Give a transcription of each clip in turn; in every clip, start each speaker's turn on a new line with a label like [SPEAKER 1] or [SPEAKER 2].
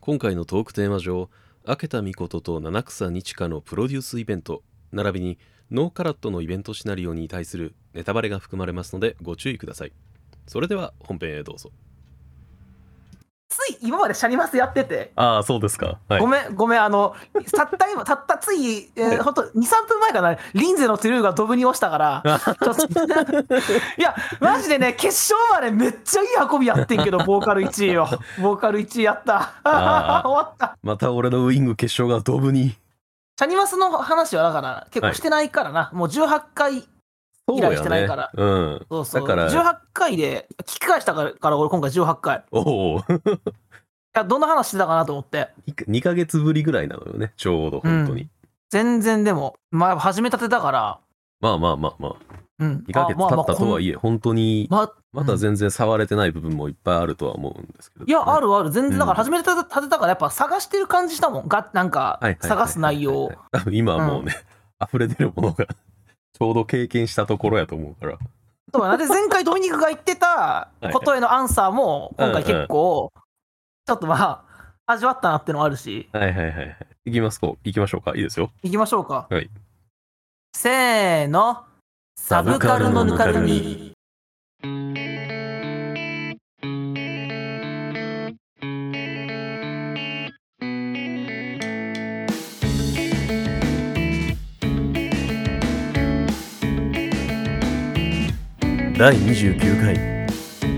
[SPEAKER 1] 今回のトークテーマ上明田美琴と七草日香のプロデュースイベント並びにノーカラットのイベントシナリオに対するネタバレが含まれますのでご注意くださいそれでは本編へどうぞ
[SPEAKER 2] つい今までシャニマスやってて、
[SPEAKER 3] ああ、そうですか。はい
[SPEAKER 2] ご。めん、ごめん、あの、たった今、たったつい、え
[SPEAKER 1] はい
[SPEAKER 2] ー、ほんと、2、3分前かな、リンゼのトゥルーがドブに落ちたから、ちょっと いや、マジでね、決勝までめっちゃいい運びやってんけど、ボーカル1位よ。ボーカル1位やった。 終
[SPEAKER 3] あー
[SPEAKER 2] わった。
[SPEAKER 1] また俺のウイング決勝がドブに
[SPEAKER 2] シャニマスの話はだから、結構してないからな、もう18回、
[SPEAKER 1] そう
[SPEAKER 2] やね依頼してないから
[SPEAKER 1] うん
[SPEAKER 2] そうそ
[SPEAKER 1] だ
[SPEAKER 2] う、
[SPEAKER 1] から
[SPEAKER 2] 18回で、聞き返したから、から俺今回18回。い
[SPEAKER 1] おお
[SPEAKER 2] や、どんな話してたかなと思って。
[SPEAKER 1] 2ヶ月ぶりぐらいなのよねちょうど本当に、
[SPEAKER 2] う全然でも、まあ、始めたてだから、
[SPEAKER 1] まあまあまあまあ
[SPEAKER 2] うん。
[SPEAKER 1] 2ヶ月経ったとはいいえ本当に
[SPEAKER 2] まあ
[SPEAKER 1] まだ全然触れてない部分もいっぱいあるとは思うんですけど、
[SPEAKER 2] いや、あ
[SPEAKER 1] る
[SPEAKER 2] るある、全
[SPEAKER 1] うん
[SPEAKER 2] 然、だから始めた立てたから、やっぱ探してる感じしたもん、がなんか探す内容を。
[SPEAKER 1] 多分今はもうね、溢れ出るものが ちょうど経験したところやと思うから
[SPEAKER 2] そうだなで、前回、ドミニクが言ってた
[SPEAKER 1] いはい
[SPEAKER 2] ことへのアンサーも、今回結構、ちょっとまあ、味わったなってのもあるし、
[SPEAKER 1] はいはいはいはい行きますと行きましょうかいいですよ
[SPEAKER 2] いきましょうか。
[SPEAKER 1] はい
[SPEAKER 2] せーの、サブカルのぬかるみ。
[SPEAKER 1] 第29回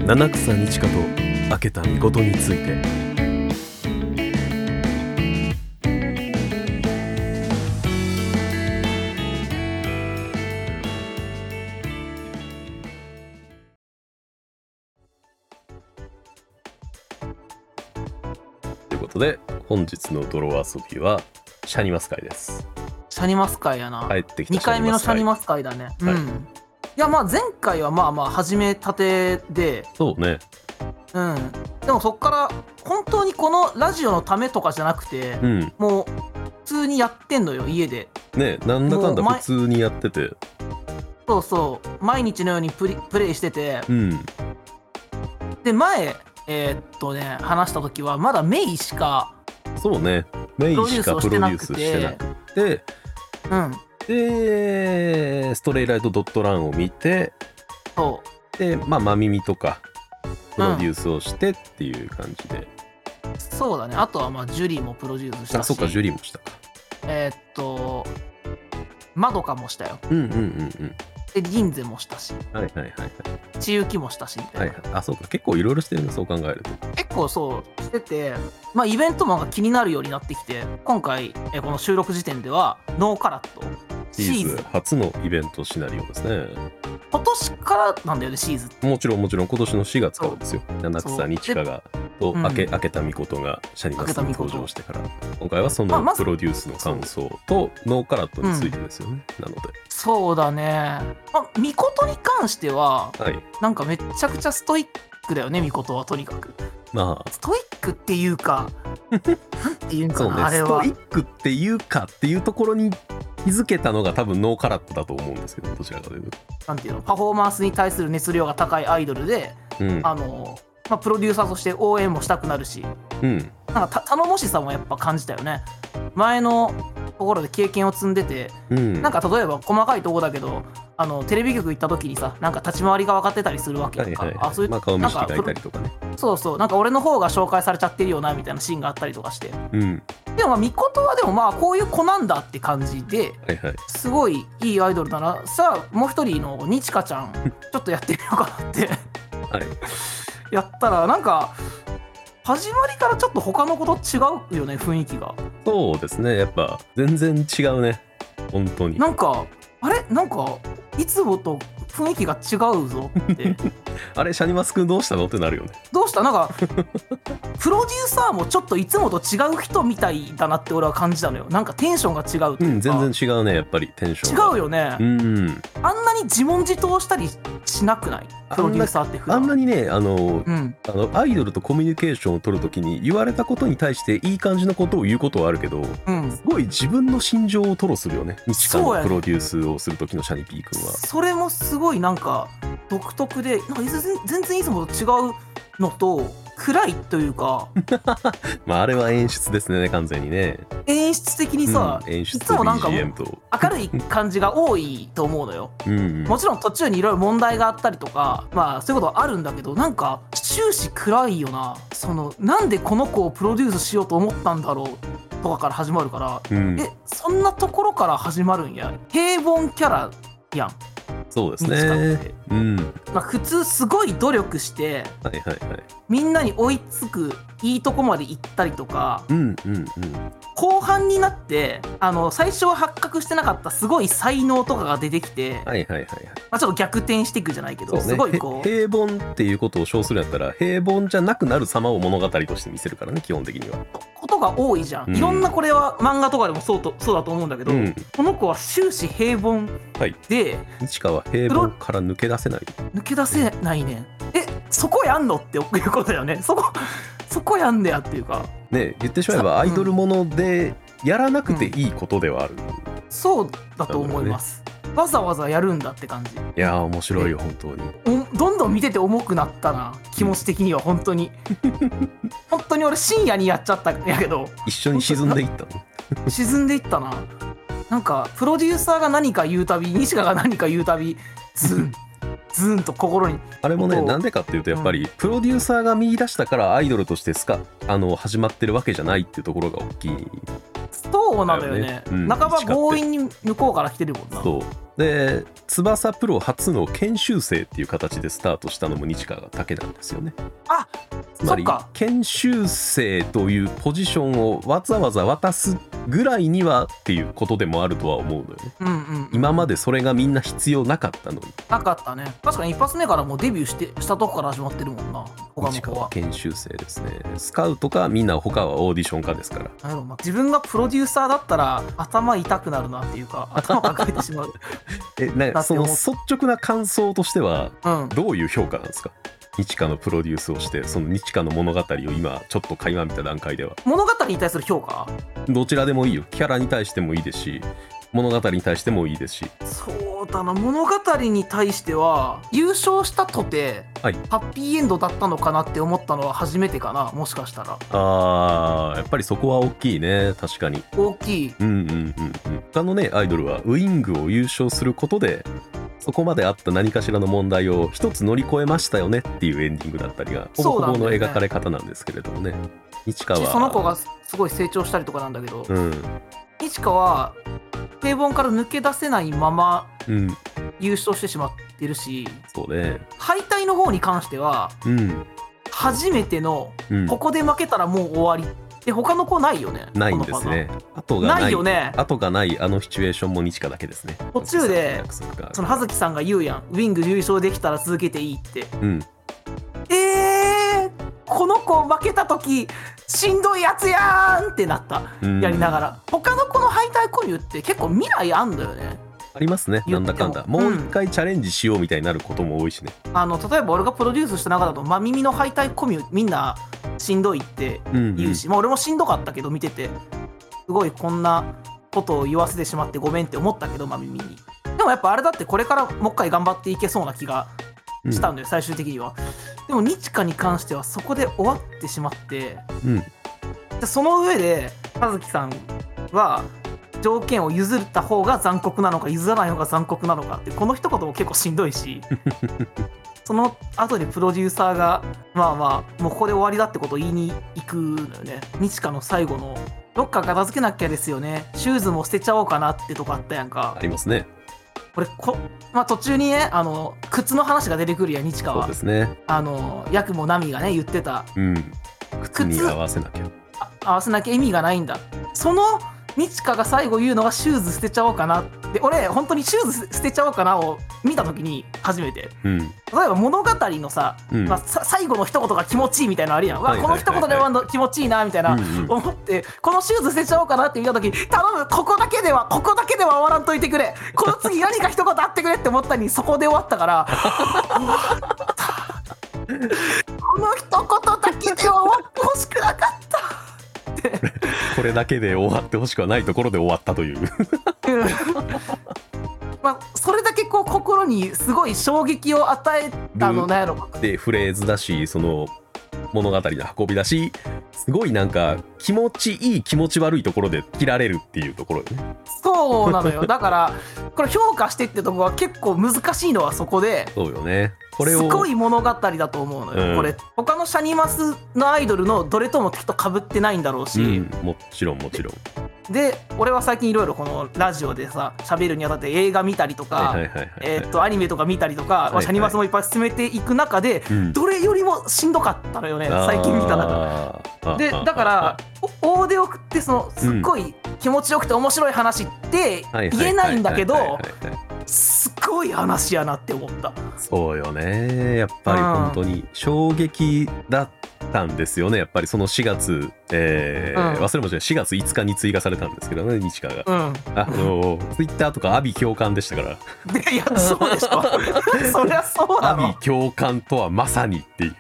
[SPEAKER 1] 七草日香と明けた見事についてということで本日の泥遊びはシャニマス会です
[SPEAKER 2] シャニマス会やな。
[SPEAKER 1] 帰ってきた
[SPEAKER 2] 2回目のシャニ
[SPEAKER 1] マス
[SPEAKER 2] マス会だね。
[SPEAKER 1] はい
[SPEAKER 2] うん。いや、まあ、前回はまあまあ、始めたて
[SPEAKER 1] 会
[SPEAKER 2] で、
[SPEAKER 1] そうね
[SPEAKER 2] うん、でもそこから本当にこのラジオのためとかじゃなくて、
[SPEAKER 1] うん
[SPEAKER 2] もう普通にやってんのよ家で
[SPEAKER 1] ねなんだかんだ
[SPEAKER 2] もう前
[SPEAKER 1] 普通にやってて
[SPEAKER 2] そうそう毎日のようにプリプレイしてて
[SPEAKER 1] うん
[SPEAKER 2] で前えーっとね話した時はまだメイしか
[SPEAKER 1] そうねメイ
[SPEAKER 2] プロデュ
[SPEAKER 1] し
[SPEAKER 2] ース
[SPEAKER 1] か
[SPEAKER 2] を
[SPEAKER 1] プ
[SPEAKER 2] し
[SPEAKER 1] ロ
[SPEAKER 2] て
[SPEAKER 1] デ
[SPEAKER 2] な
[SPEAKER 1] ュー
[SPEAKER 2] く
[SPEAKER 1] スしてな
[SPEAKER 2] て
[SPEAKER 1] くて
[SPEAKER 2] うん
[SPEAKER 1] でストレイライトドットランを見て
[SPEAKER 2] そう
[SPEAKER 1] でまあ真耳とかプロデュースをしてっていう感じで、
[SPEAKER 2] そうだねあとはまあジュリーもプロデュースし
[SPEAKER 1] あ
[SPEAKER 2] たし
[SPEAKER 1] そっかジュリーもしたか
[SPEAKER 2] えーっとマドカもしたよ
[SPEAKER 1] うんうんうんうん
[SPEAKER 2] で銀ゼもしたし
[SPEAKER 1] はいはいはい
[SPEAKER 2] 千雪もしたしみたいな、
[SPEAKER 1] はいはいあそうか結構いろいろしてるねそう考えると
[SPEAKER 2] 結構そうしてて、まあ、イベントもなんか気になるようになってきて今回えーこの収録時点ではノーカラットシ
[SPEAKER 1] シ
[SPEAKER 2] ー
[SPEAKER 1] ーズ
[SPEAKER 2] ズ
[SPEAKER 1] 初のイベントシナリオですね
[SPEAKER 2] 今年からなんだよねシーズ
[SPEAKER 1] もちろんもちろん今年の4月からですよ七草日香がと
[SPEAKER 2] うん
[SPEAKER 1] 明け明けたみことがシャニマスに登場してから今回はそ
[SPEAKER 2] まあ
[SPEAKER 1] の
[SPEAKER 2] まず
[SPEAKER 1] プロデュースの感想とノーカラットについてですよね、なので
[SPEAKER 2] そうだねあみことに関しては
[SPEAKER 1] はい
[SPEAKER 2] なんかめちゃくちゃストイックだよねみことはとにかく
[SPEAKER 1] まあ
[SPEAKER 2] ストイックっていうかなんていうんか
[SPEAKER 1] そう
[SPEAKER 2] な、
[SPEAKER 1] ね
[SPEAKER 2] あれ
[SPEAKER 1] スト
[SPEAKER 2] は
[SPEAKER 1] イックっていうかっていうところに気づけたのが多分ノーカラットだと思うんですけどどちらかというと、
[SPEAKER 2] なんていうのパフォーマンスに対する熱量が高いアイドルで
[SPEAKER 1] うん
[SPEAKER 2] あの、まあ、プロデューサーとして応援もしたくなるし
[SPEAKER 1] うん、
[SPEAKER 2] なんかた頼もしさもやっぱ感じたよね前のところで経験を積んでて
[SPEAKER 1] うん、
[SPEAKER 2] なんか例えば細かいとこだけどあのテレビ局行った時にさなんか立ち回りが分かってたりするわけ
[SPEAKER 1] は
[SPEAKER 2] と
[SPEAKER 1] い
[SPEAKER 2] か、
[SPEAKER 1] はいはい
[SPEAKER 2] あそういう
[SPEAKER 1] まあ、顔見知り
[SPEAKER 2] なんか
[SPEAKER 1] がいたりとかね
[SPEAKER 2] そうそうなんか俺の方が紹介されちゃってるよなみたいなシーンがあったりとかして
[SPEAKER 1] うん
[SPEAKER 2] でもまあみことはでもまあこういう子なんだって感じで
[SPEAKER 1] はいはい
[SPEAKER 2] すごいいいアイドルだなさあもう一人のにちかち ゃんちょっとやってみようかなって
[SPEAKER 1] はい
[SPEAKER 2] やったらなんか始まりからちょっと他の子と違うよね雰囲気が
[SPEAKER 1] そうですねやっぱ全然違うね本当に
[SPEAKER 2] なんかあれなんかいつもと雰囲気が違うぞって
[SPEAKER 1] あれシャニマス君どうしたのってなるよね
[SPEAKER 2] どうしたなんかプロデューサーもちょっといつもと違う人みたいだなって俺は感じたのよなんかテンションが違うと
[SPEAKER 1] う
[SPEAKER 2] い
[SPEAKER 1] ん
[SPEAKER 2] うか、
[SPEAKER 1] 全然違うねやっぱりテンション
[SPEAKER 2] 違
[SPEAKER 1] が
[SPEAKER 2] うよね、
[SPEAKER 1] うん
[SPEAKER 2] あんなに自問自答したりしなくないプロデューサーって普
[SPEAKER 1] あ
[SPEAKER 2] 段
[SPEAKER 1] んなにねあの
[SPEAKER 2] うん
[SPEAKER 1] あのアイドルとコミュニケーションを取るときに言われたことに対していい感じのことを言うことはあるけどす
[SPEAKER 2] うん
[SPEAKER 1] ごい自分の心情を吐露するよね日韓
[SPEAKER 2] そう
[SPEAKER 1] の
[SPEAKER 2] やね
[SPEAKER 1] プロデュースをするときのシャニピー君は
[SPEAKER 2] それもすごいなんか独特でなんか全然全然いつもと違うのと比暗いとい うか
[SPEAKER 1] まああれは演出ですね完全にね、
[SPEAKER 2] 演出的にさ、
[SPEAKER 1] うん演出
[SPEAKER 2] いつもなんかもう
[SPEAKER 1] BGM と
[SPEAKER 2] 明るい感じが多いと思うのよ
[SPEAKER 1] うんうん
[SPEAKER 2] もちろん途中にいろいろ問題があったりとかまあそういうことはあるんだけどなんか終始暗いよなそのなんでこの子をプロデュースしようと思ったんだろうとかから始まるから、
[SPEAKER 1] うん
[SPEAKER 2] えそんなところから始まるんや平凡キャラやん、
[SPEAKER 1] そうです
[SPEAKER 2] 見つか
[SPEAKER 1] ねうんは
[SPEAKER 2] まあ、普通すごい努力して
[SPEAKER 1] いはいはい
[SPEAKER 2] みんなに追いつくいいとこまで行ったりとか
[SPEAKER 1] うんうんうん
[SPEAKER 2] 後半になってあの最初は発覚してなかったすごい才能とかが出てきて、ま
[SPEAKER 1] はいはいはいはい
[SPEAKER 2] あ、ちょっと逆転していくじゃないけど、
[SPEAKER 1] そうね
[SPEAKER 2] すごいこう
[SPEAKER 1] へ平凡っていうことを称するんやったら平凡じゃなくなる様を物語として見せるからね基本的には
[SPEAKER 2] ことが多いじゃん、
[SPEAKER 1] うん
[SPEAKER 2] いろんなこれは漫画とかでもそうとそうだと思うんだけど、
[SPEAKER 1] うん
[SPEAKER 2] この子は終始平凡
[SPEAKER 1] はい
[SPEAKER 2] で
[SPEAKER 1] 日川は平凡から抜け出せない
[SPEAKER 2] 抜け出せないねんえそこやんのっていうことだよね そこそこやんねやっていうか
[SPEAKER 1] ね言ってしまえ
[SPEAKER 2] さ
[SPEAKER 1] ばアイドルものでやらなくていいことではある、い
[SPEAKER 2] そうだと思います、わざわざやるんだって感じ
[SPEAKER 1] やー面白いよ本当に
[SPEAKER 2] おどんどん見てて重くなったな気持ち的には本 当に本当に俺深夜にやっちゃったんやけど
[SPEAKER 1] 一緒に沈んでいったの
[SPEAKER 2] 沈んでいったななんかプロデューサーが何か言うたび西川が何か言うたびズンズンと心に
[SPEAKER 1] あれもね
[SPEAKER 2] 本当
[SPEAKER 1] なんでかっていうとやっぱりプロデューサーが見出したからアイドルとしてスカあの始まってるわけじゃないっていうところが大きい
[SPEAKER 2] そうなのよね
[SPEAKER 1] だよねうん
[SPEAKER 2] 半ば強引に向こうから来てるもんな
[SPEAKER 1] そうで翼プロ初の研修生っていう形でスタートしたのも日川だけなんですよね
[SPEAKER 2] あ
[SPEAKER 1] つまり
[SPEAKER 2] そっか
[SPEAKER 1] 研修生というポジションをわざわざ渡すぐらいにはっていうことでもあるとは思うのよね
[SPEAKER 2] うんうん
[SPEAKER 1] 今までそれがみんな必要なかったのに
[SPEAKER 2] なかったね確かに一発目からもうデビューしてしたとこから始まってるもんな他の
[SPEAKER 1] 日
[SPEAKER 2] 子
[SPEAKER 1] 川
[SPEAKER 2] は
[SPEAKER 1] は研修生ですねスカウトかみんな他はオーディションかですから
[SPEAKER 2] なんやろまあ自分がプロデューサーだったら頭痛くなるなっていうか頭抱えてしまう
[SPEAKER 1] えなん
[SPEAKER 2] だ
[SPEAKER 1] か
[SPEAKER 2] って
[SPEAKER 1] そ
[SPEAKER 2] 思
[SPEAKER 1] の
[SPEAKER 2] う
[SPEAKER 1] 率直な感想としては
[SPEAKER 2] うん
[SPEAKER 1] どういう評価なんですか日川のプロデュースをしてその日川の物語を今ちょっと垣間見た段階では
[SPEAKER 2] 物語に対する評価
[SPEAKER 1] どちらでもいいよキャラに対してもいいですし物語に対してもいいですし
[SPEAKER 2] そうだな物語に対しては優勝したとて、
[SPEAKER 1] はい
[SPEAKER 2] ハッピーエンドだったのかなって思ったのは初めてかなもしかしたら
[SPEAKER 1] あーやっぱりそこは大きいね確かに
[SPEAKER 2] 大きい
[SPEAKER 1] うんうんうんうん他のねアイドルはウイングを優勝することでそこまであった何かしらの問題を一つ乗り越えましたよねっていうエンディングだったりがほぼほぼ
[SPEAKER 2] そうなん
[SPEAKER 1] の
[SPEAKER 2] だよね
[SPEAKER 1] 描かれ方なんですけれどもね日川
[SPEAKER 2] し
[SPEAKER 1] は
[SPEAKER 2] その子がすごい成長したりとかなんだけど、
[SPEAKER 1] うん
[SPEAKER 2] いちかは平凡から抜け出せないまま
[SPEAKER 1] うん
[SPEAKER 2] 優勝してしまってるし
[SPEAKER 1] そうね
[SPEAKER 2] 敗退の方に関しては
[SPEAKER 1] うん
[SPEAKER 2] 初めての
[SPEAKER 1] うん
[SPEAKER 2] ここで負けたらもう終わりで他の子ないよね
[SPEAKER 1] ないん
[SPEAKER 2] こ
[SPEAKER 1] で
[SPEAKER 2] の
[SPEAKER 1] す
[SPEAKER 2] パターン
[SPEAKER 1] ね後がない
[SPEAKER 2] ないよね
[SPEAKER 1] 後がないあのシチュエーションも日川だけですね
[SPEAKER 2] 途中で
[SPEAKER 1] 約束が
[SPEAKER 2] その葉月さんが言うやんウィング優勝できたら続けていいって
[SPEAKER 1] うん
[SPEAKER 2] えー、この子負けた時しんどいやつやーんってなった
[SPEAKER 1] うん
[SPEAKER 2] やりながら、他の子の敗退コミュって結構未来あんだよね
[SPEAKER 1] ありますね
[SPEAKER 2] 言
[SPEAKER 1] な
[SPEAKER 2] っ
[SPEAKER 1] ん
[SPEAKER 2] て
[SPEAKER 1] だ
[SPEAKER 2] も
[SPEAKER 1] かんだもう一
[SPEAKER 2] うん
[SPEAKER 1] 回チャレンジしようみたいになることも多いしね
[SPEAKER 2] あの例えば俺がプロデュースした中だと真耳の敗退コミュみんなしんどいって
[SPEAKER 1] うんうん
[SPEAKER 2] 言うし、まあ俺もしんどかったけど見ててすごいこんなことを言わせてしまってごめんって思ったけどまあ耳にでもやっぱあれだってこれからもう一回頑張っていけそうな気が
[SPEAKER 1] うん
[SPEAKER 2] したんだよ、最終的にはでも日華に関してはそこで終わってしまって
[SPEAKER 1] うん
[SPEAKER 2] でその上で葉月さんは条件を譲った方が残酷なのか譲らない方が残酷なのかってこの一言も結構しんどい しその後にプロデューサーがまあまあもうここで終わりだってことを言いに行くのよね日華の最後のどっか片付けなきゃですよねシューズも捨てちゃおうかなってとこあったやんか
[SPEAKER 1] ありますね
[SPEAKER 2] 俺こ、まあ、途中にねあの靴の話が出てくるやん日華
[SPEAKER 1] そう
[SPEAKER 2] は
[SPEAKER 1] ですね
[SPEAKER 2] あのヤクもナミがね言ってた
[SPEAKER 1] うん靴に合わせなきゃ
[SPEAKER 2] あ合わせなきゃ意味がないんだそのニチカが最後言うのがシューズ捨てちゃおうかなって俺本当にシューズ捨てちゃおうかなを見た時に初めて例え
[SPEAKER 1] うん
[SPEAKER 2] ば物語のさ,、
[SPEAKER 1] うん
[SPEAKER 2] まあ、さ最後の一言が気持ちいいみたいなのあるやん、
[SPEAKER 1] はいはいはい
[SPEAKER 2] わこの一言で終わるの気持ちいいなみたいな、
[SPEAKER 1] うんうん
[SPEAKER 2] 思ってこのシューズ捨てちゃおうかなって見た時頼むここだけではここだけでは終わらんといてくれこの次何か一言あってくれって思ったにそこで終わったから 終わったこの一言だけでは終わってほしくなかった
[SPEAKER 1] これだけで終わってほしくはないところで終わったという
[SPEAKER 2] うんまあ、それだけこう心にすごい衝撃を与えた
[SPEAKER 1] う
[SPEAKER 2] の
[SPEAKER 1] ん
[SPEAKER 2] なんやろ
[SPEAKER 1] でフレーズだしその物語の運びだしすごいなんか気持ちいい気持ち悪いところで切られるっていうところよね
[SPEAKER 2] そうなのよだからこれ評価してってとこは結構難しいのはそこで
[SPEAKER 1] そうよねこれ
[SPEAKER 2] す
[SPEAKER 1] を
[SPEAKER 2] ごい物語だと思うのよ、
[SPEAKER 1] うん
[SPEAKER 2] これ他のシャニマスのアイドルのどれともきっとかぶってないんだろう
[SPEAKER 1] う
[SPEAKER 2] し、
[SPEAKER 1] ん、もちろんもちろん
[SPEAKER 2] で俺は最近いろいろこのラジオでさ喋るにあたって映画見たりとか、
[SPEAKER 1] はいはいはいはい、
[SPEAKER 2] えーっとアニメとか見たりとか、
[SPEAKER 1] い
[SPEAKER 2] まあシャニマスもいっぱい進めていく中で、
[SPEAKER 1] うん
[SPEAKER 2] どれよりもしんどかったのよね最近見た中
[SPEAKER 1] あー
[SPEAKER 2] で
[SPEAKER 1] あー
[SPEAKER 2] だか
[SPEAKER 1] あ
[SPEAKER 2] ら
[SPEAKER 1] ー
[SPEAKER 2] お大手を食ってそのすっごい気持ちよくて面白い話って
[SPEAKER 1] はいはい
[SPEAKER 2] 言えないんだけ
[SPEAKER 1] はいはい
[SPEAKER 2] ど
[SPEAKER 1] はいはい
[SPEAKER 2] すっごい話やなって思った
[SPEAKER 1] そうよねやっぱり
[SPEAKER 2] うん
[SPEAKER 1] 本当に衝撃だったんですよねやっぱりその4月、えー
[SPEAKER 2] うん
[SPEAKER 1] 忘れもしない4月5日に追加されたんですけどね日川が。
[SPEAKER 2] うん
[SPEAKER 1] あのツイッター Twitter とか阿ビ共感でしたから
[SPEAKER 2] でいやそうでし ょそりゃそうだ
[SPEAKER 1] 阿
[SPEAKER 2] ろ
[SPEAKER 1] ビ共感とはまさにっていう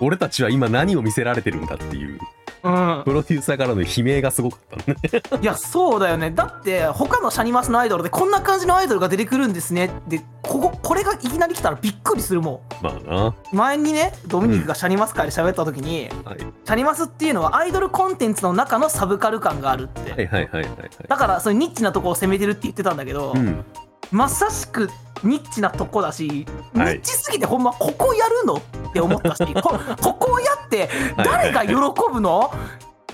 [SPEAKER 1] 俺たちは今何を見せられてるんだっていう
[SPEAKER 2] うん
[SPEAKER 1] プロデューサーからの悲鳴がすごかったのね
[SPEAKER 2] いやそうだよねだって他のシャニマスのアイドルでこんな感じのアイドルが出てくるんですねでこここれがいきなり来たらびっくりするも
[SPEAKER 1] まあな、は
[SPEAKER 2] ん前にねドミニクがシャニマス会で喋った時に、
[SPEAKER 1] い、
[SPEAKER 2] シャニマスっていうのはアイドルコンテンツの中のサブカル感があるって、
[SPEAKER 1] はいはいはいはいはい
[SPEAKER 2] だからそういうニッチなとこを攻めてるって言ってたんだけど、
[SPEAKER 1] うん
[SPEAKER 2] まさしくニッチなとこだし、
[SPEAKER 1] はい
[SPEAKER 2] ニッチすぎてほんまここやるのって思ったしこ ここをやって誰が喜ぶの、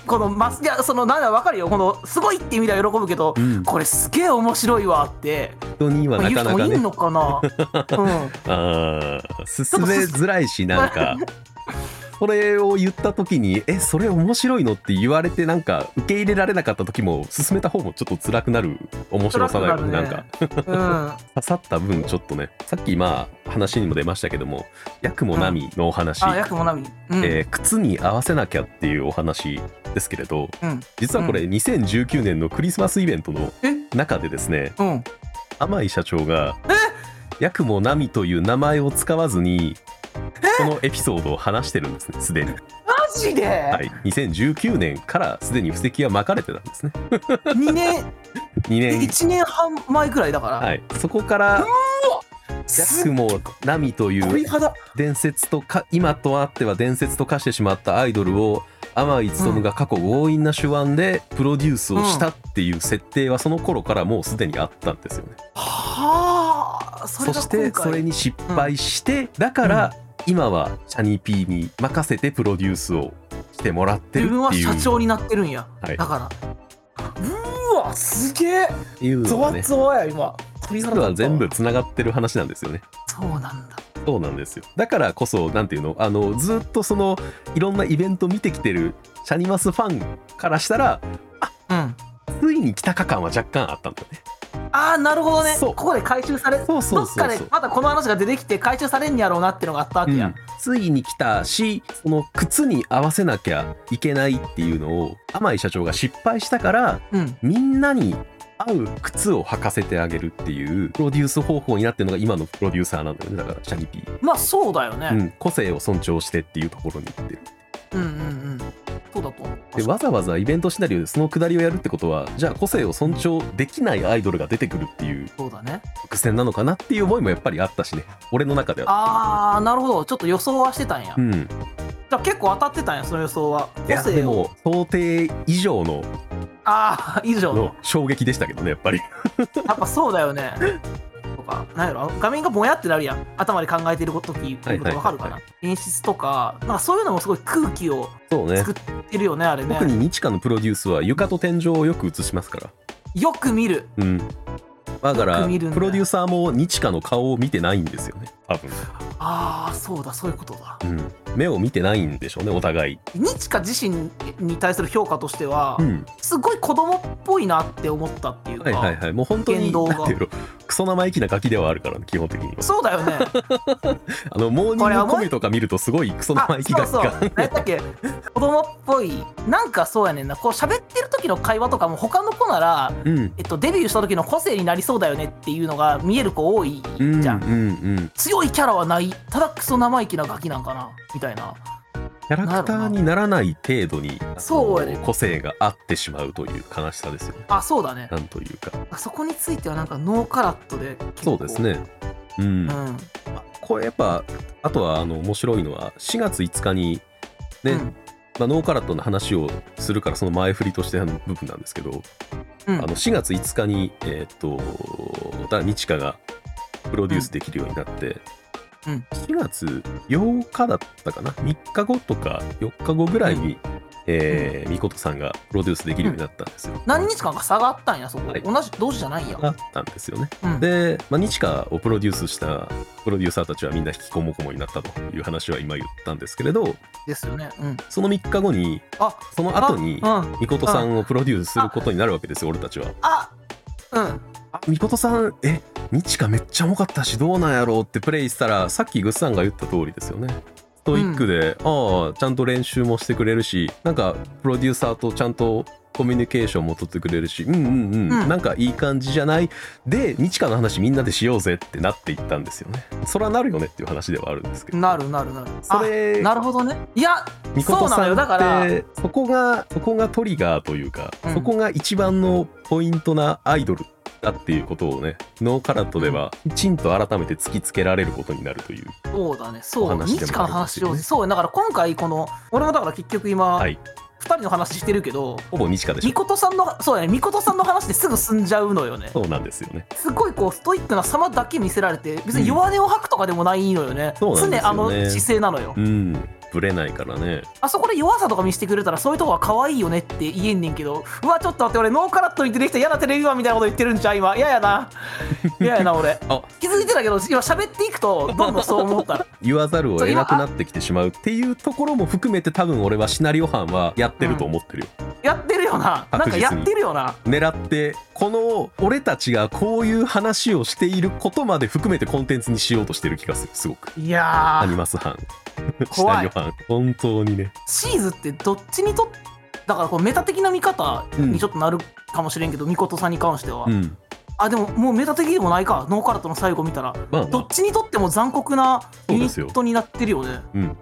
[SPEAKER 2] このマスいやそのなんだわかるよこのすごいって意味では喜ぶけど、
[SPEAKER 1] うん
[SPEAKER 2] これすげえ面白いわって
[SPEAKER 1] 人には
[SPEAKER 2] 言う
[SPEAKER 1] なか
[SPEAKER 2] 人
[SPEAKER 1] な
[SPEAKER 2] も
[SPEAKER 1] か
[SPEAKER 2] いん
[SPEAKER 1] ね
[SPEAKER 2] のか なうん
[SPEAKER 1] あー進めづらいしなんかそれを言った時に「えそれ面白いの?」って言われてなんか受け入れられなかった時も進めた方もちょっと辛くなる面白さだよねなんか
[SPEAKER 2] うん
[SPEAKER 1] 刺さった分ちょっとねさっきまあ話にも出ましたけども「やくもなみ」のお話、
[SPEAKER 2] あやくもなみうん、
[SPEAKER 1] えー靴に合わせなきゃっていうお話ですけれど
[SPEAKER 2] うん
[SPEAKER 1] 実はこれ2019年のクリスマスイベントの
[SPEAKER 2] え
[SPEAKER 1] 中でですね
[SPEAKER 2] うん
[SPEAKER 1] 天井社長が「ヤクモナミ」という名前を使わずにこのエピソードを話してるんですねすでに、
[SPEAKER 2] マジで、
[SPEAKER 1] はい、2019年からすでに布石は巻かれてたんですね
[SPEAKER 2] 2年
[SPEAKER 1] 2年
[SPEAKER 2] 1年半前くらいだから、
[SPEAKER 1] はいそこから「ヤ
[SPEAKER 2] す
[SPEAKER 1] ク
[SPEAKER 2] っ
[SPEAKER 1] モナミ」とい
[SPEAKER 2] ごいう肌
[SPEAKER 1] 伝説とか今とあっては伝説と化してしまったアイドルを天井勉が過去強引な手腕でプロデュースをしたっていう設定はその頃からもうすでにあったんですよね
[SPEAKER 2] はあそれ
[SPEAKER 1] そ
[SPEAKER 2] が
[SPEAKER 1] して
[SPEAKER 2] 今
[SPEAKER 1] それ
[SPEAKER 2] 回
[SPEAKER 1] に失敗して、だから今はシャニーピーに任せてプロデュースをしてもらってる
[SPEAKER 2] 自
[SPEAKER 1] っていう
[SPEAKER 2] 分は社長になってるんや、
[SPEAKER 1] はい
[SPEAKER 2] だからうーわすげえ
[SPEAKER 1] っていう
[SPEAKER 2] ゾ
[SPEAKER 1] のは
[SPEAKER 2] ワ
[SPEAKER 1] ね
[SPEAKER 2] ゾワや今鳥
[SPEAKER 1] 実
[SPEAKER 2] 肌立った
[SPEAKER 1] は全部つながってる話なんですよね
[SPEAKER 2] そうなんだ
[SPEAKER 1] そうなんですよだからこそなんていうのあのずっとそのいろんなイベント見てきてるシャニマスファンからしたら
[SPEAKER 2] うん
[SPEAKER 1] ついに来たか感は若干あったんだよね
[SPEAKER 2] ああなるほどね
[SPEAKER 1] そう
[SPEAKER 2] ここで回収され
[SPEAKER 1] そうそうそうそう
[SPEAKER 2] どっかでまたこの話が出てきて回収されんやろうなってのがあったわけや、
[SPEAKER 1] ついに来たしその靴に合わせなきゃいけないっていうのを天井社長が失敗したから
[SPEAKER 2] うん
[SPEAKER 1] みんなに合う靴を履かせてあげるっていうプロデュース方法になってるのが今のプロデューサーなんだよねだからシャニピー、
[SPEAKER 2] まあそうだよ
[SPEAKER 1] う
[SPEAKER 2] ね、
[SPEAKER 1] ん、個性を尊重してっていうところに行ってる
[SPEAKER 2] うん、うんうんそうだと思う
[SPEAKER 1] でわざわざイベントシナリオでそのくだりをやるってことはじゃあ個性を尊重できないアイドルが出てくるっていう
[SPEAKER 2] そうだね
[SPEAKER 1] 伏線なのかなっていう思いもやっぱりあったしね俺の中では
[SPEAKER 2] ああなるほどちょっと予想はしてたん
[SPEAKER 1] う
[SPEAKER 2] や、じ
[SPEAKER 1] ん
[SPEAKER 2] ゃあ結構当たってたんやその予想はい
[SPEAKER 1] や
[SPEAKER 2] 個
[SPEAKER 1] で
[SPEAKER 2] 性を
[SPEAKER 1] も想定以上の
[SPEAKER 2] ああ以上の
[SPEAKER 1] の衝撃でしたけどねやっぱり
[SPEAKER 2] やっぱそうだよね。とか、なんやろ、画面がぼやってなるやん。頭で考えてることき、
[SPEAKER 1] はいはいはい
[SPEAKER 2] わかるかな。演出とか、なんかそういうのもすごい空気を
[SPEAKER 1] そうね
[SPEAKER 2] 作ってるよね、あれね
[SPEAKER 1] 特。に日華のプロデュースは床と天井をよく映しますから
[SPEAKER 2] よく見る。
[SPEAKER 1] うん、だから
[SPEAKER 2] よく見るんだ
[SPEAKER 1] プロデューサーも日華の顔を見てないんですよね多分、
[SPEAKER 2] ああ、そうだ、そういうことだ。
[SPEAKER 1] うん、目を見てないんでしょうねお互い、
[SPEAKER 2] ニチカ自身に対する評価としては、
[SPEAKER 1] うん、
[SPEAKER 2] すごい子供っぽいなって思ったっていうか、
[SPEAKER 1] はいはいはいもう本当に
[SPEAKER 2] 言動が
[SPEAKER 1] なんていうのクソ生意気なガキではあるから、ね、基本的には
[SPEAKER 2] そうだよね。
[SPEAKER 1] あのモーニ
[SPEAKER 2] これ
[SPEAKER 1] ン
[SPEAKER 2] は
[SPEAKER 1] グ
[SPEAKER 2] もう
[SPEAKER 1] コメとか見るとすごいクソ
[SPEAKER 2] あ
[SPEAKER 1] 生意気
[SPEAKER 2] そ
[SPEAKER 1] ガ
[SPEAKER 2] う
[SPEAKER 1] キ
[SPEAKER 2] そう。
[SPEAKER 1] が
[SPEAKER 2] 何だ っけ、子供っぽい。なんかそうやねんな。こう喋ってる時の会話とかも、他の子なら、
[SPEAKER 1] うん
[SPEAKER 2] えっと、デビューした時の個性になりそうだよねっていうのが見える子多い
[SPEAKER 1] うん
[SPEAKER 2] じゃん、
[SPEAKER 1] うんうん
[SPEAKER 2] 強いキャラはないただクソ生意気なガキなんかなみたいな
[SPEAKER 1] キャラクターにならない程度に
[SPEAKER 2] そうやね
[SPEAKER 1] あの個性があってしまうという悲しさですよね
[SPEAKER 2] あそうだね
[SPEAKER 1] なんというか
[SPEAKER 2] そこについてはなんかノーカラットで結
[SPEAKER 1] そ
[SPEAKER 2] 構
[SPEAKER 1] うですねうん
[SPEAKER 2] うん
[SPEAKER 1] これやっぱあとはあの面白いのは4月5日にね
[SPEAKER 2] うん
[SPEAKER 1] まあ、ノーカラットの話をするからその前振りとしての部分なんですけど、
[SPEAKER 2] うん
[SPEAKER 1] あの4月5日に、えーっとだ日華がプロデュースできるようになって、
[SPEAKER 2] うん
[SPEAKER 1] 4月8日だったかな3日後とか4日後ぐらいに、えーみことさんがプロデュースできるようになったんですよ。
[SPEAKER 2] 何日間か差があったんやそこ、
[SPEAKER 1] はい
[SPEAKER 2] 同じ同時じゃないんや、
[SPEAKER 1] あったんですよね。
[SPEAKER 2] うん、
[SPEAKER 1] で、まあ、日華をプロデュースしたプロデューサーたちはみんな引きこもこもになったという話は今言ったんですけれど
[SPEAKER 2] ですよねうん
[SPEAKER 1] その3日後に
[SPEAKER 2] あ
[SPEAKER 1] その後に
[SPEAKER 2] あうん
[SPEAKER 1] みことさんをプロデュースすることになるわけですよ俺たちは。
[SPEAKER 2] あうん
[SPEAKER 1] みことさんえ日華めっちゃ重かったしどうなんやろうってプレイしたらさっきグッさんが言った通りですよね。ストイックで、ああちゃんと練習もしてくれるしなんかプロデューサーとちゃんとコミュニケーションも取ってくれるしうんうんうん、
[SPEAKER 2] うん
[SPEAKER 1] なんかいい感じじゃないで日華の話みんなでしようぜってなっていったんですよね。それはなるよねっていう話ではあるんですけど。
[SPEAKER 2] なるなるなる
[SPEAKER 1] それ
[SPEAKER 2] あなるほどねいや
[SPEAKER 1] みこ
[SPEAKER 2] そ
[SPEAKER 1] と
[SPEAKER 2] うなの
[SPEAKER 1] さん
[SPEAKER 2] よだから
[SPEAKER 1] ってそこがそこがトリガーというか、
[SPEAKER 2] うん
[SPEAKER 1] そこが一番のポイントなアイドルだっていうことをねノーカラットではきちんと改めて突きつけられることになるという
[SPEAKER 2] そうだねそ
[SPEAKER 1] お
[SPEAKER 2] う
[SPEAKER 1] 話でも
[SPEAKER 2] 日華の
[SPEAKER 1] あるんです
[SPEAKER 2] 話
[SPEAKER 1] よ
[SPEAKER 2] を
[SPEAKER 1] ね
[SPEAKER 2] そうだから今回この俺もだから結局今、
[SPEAKER 1] は
[SPEAKER 2] 二
[SPEAKER 1] い
[SPEAKER 2] 人の話してるけど
[SPEAKER 1] ほぼ日華でし
[SPEAKER 2] み
[SPEAKER 1] ょ
[SPEAKER 2] ことさんのそうだねみことさんの話ですぐ済んじゃうのよね
[SPEAKER 1] そうなんですよね
[SPEAKER 2] すごいこうストイックな様だけ見せられて別に弱音を吐くとかでもないのよね、
[SPEAKER 1] そうなんですよね
[SPEAKER 2] 常あの姿勢なのよ、
[SPEAKER 1] うんぶれないからね
[SPEAKER 2] あそこで弱さとか見せてくれたらそういうとこは可愛いよねって言えんねんけどうわちょっと待って俺ノーカラットに出てきた嫌なテレビマンみたいなこと言ってるんじゃう今嫌やな嫌やな俺
[SPEAKER 1] あ
[SPEAKER 2] 気づいてたけど今喋っていくとどんどんそう思 った
[SPEAKER 1] 言わざるを得なくなってきてしまうっていうところも含めて多分俺はシナリオ班はやってると思ってるよ、
[SPEAKER 2] やってるよななんかやってるよな
[SPEAKER 1] 狙ってこの俺たちがこういう話をしていることまで含めてコンテンツにしようとしてる気がするすごく
[SPEAKER 2] いや
[SPEAKER 1] アニ
[SPEAKER 2] ー
[SPEAKER 1] マス 班シ
[SPEAKER 2] 怖
[SPEAKER 1] ナ
[SPEAKER 2] い
[SPEAKER 1] リオ班本当にね
[SPEAKER 2] シーズってどっちにとっだからこうメタ的な見方にちょっとなるかもしれんけど、みことさんに関しては、
[SPEAKER 1] うん
[SPEAKER 2] あでももうメタ的でもないかノーカラットの最後見たら
[SPEAKER 1] まあ、ま
[SPEAKER 2] どっ
[SPEAKER 1] あ、
[SPEAKER 2] ちにとっても残酷なユニ
[SPEAKER 1] そうで
[SPEAKER 2] ッ
[SPEAKER 1] す
[SPEAKER 2] トになってるよね
[SPEAKER 1] うん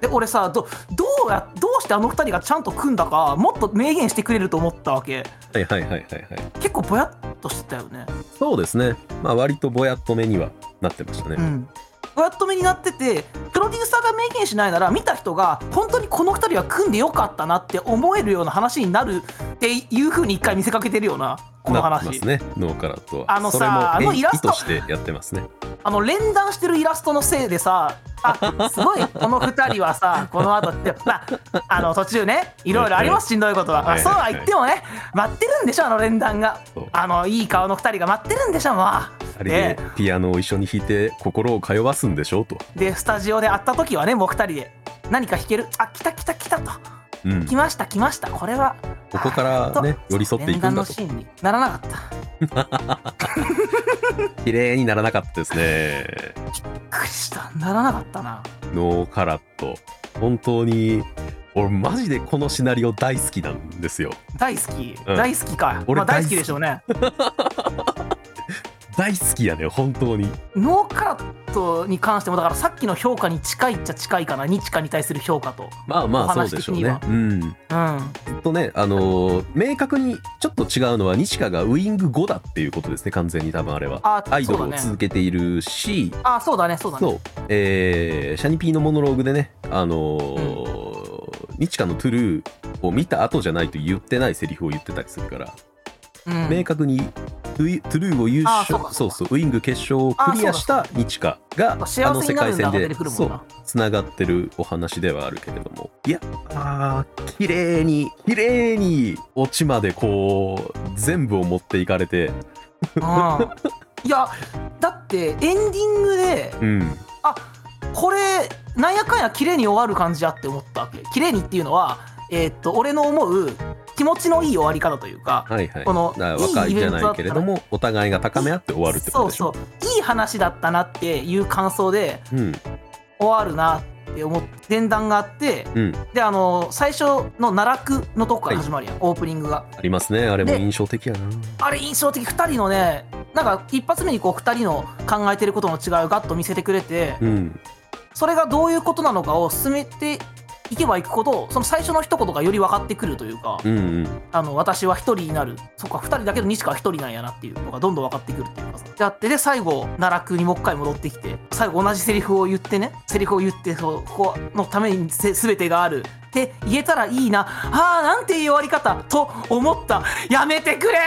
[SPEAKER 2] で俺さどどうやどうしてあの二人がちゃんと組んだかもっと明言してくれると思ったわけ
[SPEAKER 1] はいはいはいはいはい
[SPEAKER 2] 結構ぼやっとしてたよね
[SPEAKER 1] そうですねまあ割とぼやっと目にはなってましたね、
[SPEAKER 2] うんぼやっと目になっててプロデューサーが明言しないなら見た人が本当にこの二人は組んでよかったなって思えるような話になるっていう風に一回見せかけてるようなこの
[SPEAKER 1] なって
[SPEAKER 2] 話、
[SPEAKER 1] ますねノーカラットは
[SPEAKER 2] あのさ
[SPEAKER 1] それも
[SPEAKER 2] あのイラスト
[SPEAKER 1] 意図してやってますね
[SPEAKER 2] あの連弾してるイラストのせいでさあすごいこの2人はさこの後ってまああの途中ねいろいろありますしんどいことは、まあ、そうは言ってもね待ってるんでしょあの連弾が
[SPEAKER 1] そう
[SPEAKER 2] あのいい顔の2人が待ってるんでしょまあ
[SPEAKER 1] あれで
[SPEAKER 2] で
[SPEAKER 1] ピアノを一緒に弾いて心を通わすんでしょうと、
[SPEAKER 2] でスタジオで会った時はねもう2人で何か弾けるあ来た来た来たと
[SPEAKER 1] うん、
[SPEAKER 2] 来ました来ましたこれは
[SPEAKER 1] ここからね
[SPEAKER 2] あーと
[SPEAKER 1] 寄り添っていくんだと
[SPEAKER 2] 連弾のシーンにならなかった
[SPEAKER 1] 綺麗にならなかったですね
[SPEAKER 2] びっくりしたならなかったな
[SPEAKER 1] ノーカラット本当に俺マジでこのシナリオ大好きなんですよ
[SPEAKER 2] 大好き、
[SPEAKER 1] うん
[SPEAKER 2] 大好きか、
[SPEAKER 1] 俺
[SPEAKER 2] まあ、大好きでしょうね
[SPEAKER 1] 大好きやね本当に
[SPEAKER 2] ノーカラットに関してもだからさっきの評価に近いっちゃ近いかな日華に対する評価と
[SPEAKER 1] まあ
[SPEAKER 2] お
[SPEAKER 1] まあそう
[SPEAKER 2] 話
[SPEAKER 1] でし
[SPEAKER 2] 的
[SPEAKER 1] ょう
[SPEAKER 2] に
[SPEAKER 1] ね
[SPEAKER 2] は
[SPEAKER 1] うん
[SPEAKER 2] うん
[SPEAKER 1] ずっとねあのー明確にちょっと違うのは西川がウイング5だっていうことですね完全に多分あれは
[SPEAKER 2] あ
[SPEAKER 1] アイドル
[SPEAKER 2] そう
[SPEAKER 1] を
[SPEAKER 2] だね
[SPEAKER 1] 続けているし
[SPEAKER 2] あそうだねそうだね
[SPEAKER 1] そう、えーシャニピーのモノローグでね、あのー日華のトゥルーを見た後じゃないと言ってないセリフを言ってたりするから、
[SPEAKER 2] うん
[SPEAKER 1] 明確にトゥイトゥルーを優
[SPEAKER 2] あそう
[SPEAKER 1] 勝
[SPEAKER 2] か
[SPEAKER 1] そ
[SPEAKER 2] そうう
[SPEAKER 1] そ
[SPEAKER 2] か
[SPEAKER 1] うウイング決勝をクリアした日華が
[SPEAKER 2] そうか
[SPEAKER 1] あの世界戦
[SPEAKER 2] 幸せになるんだ
[SPEAKER 1] で
[SPEAKER 2] 出てくるもん
[SPEAKER 1] そ
[SPEAKER 2] な
[SPEAKER 1] うつながってるお話ではあるけれどもいやあー綺麗に綺麗にオチまでこう全部を持っていかれて
[SPEAKER 2] うんいやだってエンディングで
[SPEAKER 1] うん
[SPEAKER 2] あこれなんやかんや綺麗に終わる感じやって思ったわけ綺麗にっていうのはえーっと俺の思う気持ちのいい終わり方というか
[SPEAKER 1] はいはい
[SPEAKER 2] この
[SPEAKER 1] だから
[SPEAKER 2] いい
[SPEAKER 1] 若い
[SPEAKER 2] イ
[SPEAKER 1] じ
[SPEAKER 2] ベ
[SPEAKER 1] ゃ
[SPEAKER 2] ントだ
[SPEAKER 1] な
[SPEAKER 2] ったら
[SPEAKER 1] いけれどもお互いが高め合って終わるってことでしょ
[SPEAKER 2] そうそういい話だったなっていう感想で
[SPEAKER 1] うん
[SPEAKER 2] 終わるなって思って前段があって
[SPEAKER 1] うん
[SPEAKER 2] であの最初の奈落のとこから始まるやん、オープニングが
[SPEAKER 1] ありますねあれも
[SPEAKER 2] で
[SPEAKER 1] 印象的やな
[SPEAKER 2] あれ印象的2人のねなんか一発目にこう2人の考えてることの違いをガッと見せてくれて、
[SPEAKER 1] うん
[SPEAKER 2] それがどういうことなのかを進めて行けば行くほどその最初の一言がより分かってくるというか、
[SPEAKER 1] うんうん
[SPEAKER 2] あの私は一人になるそっか二人だけど西川は一人なんやなっていうのがどんどん分かってくるっていうかさであってで最後奈落にもう一回戻ってきて最後同じセリフを言ってねセリフを言ってそうここのためにせ全てがあるって言えたらいいなあーなんていう終わり方と思ったやめてくれ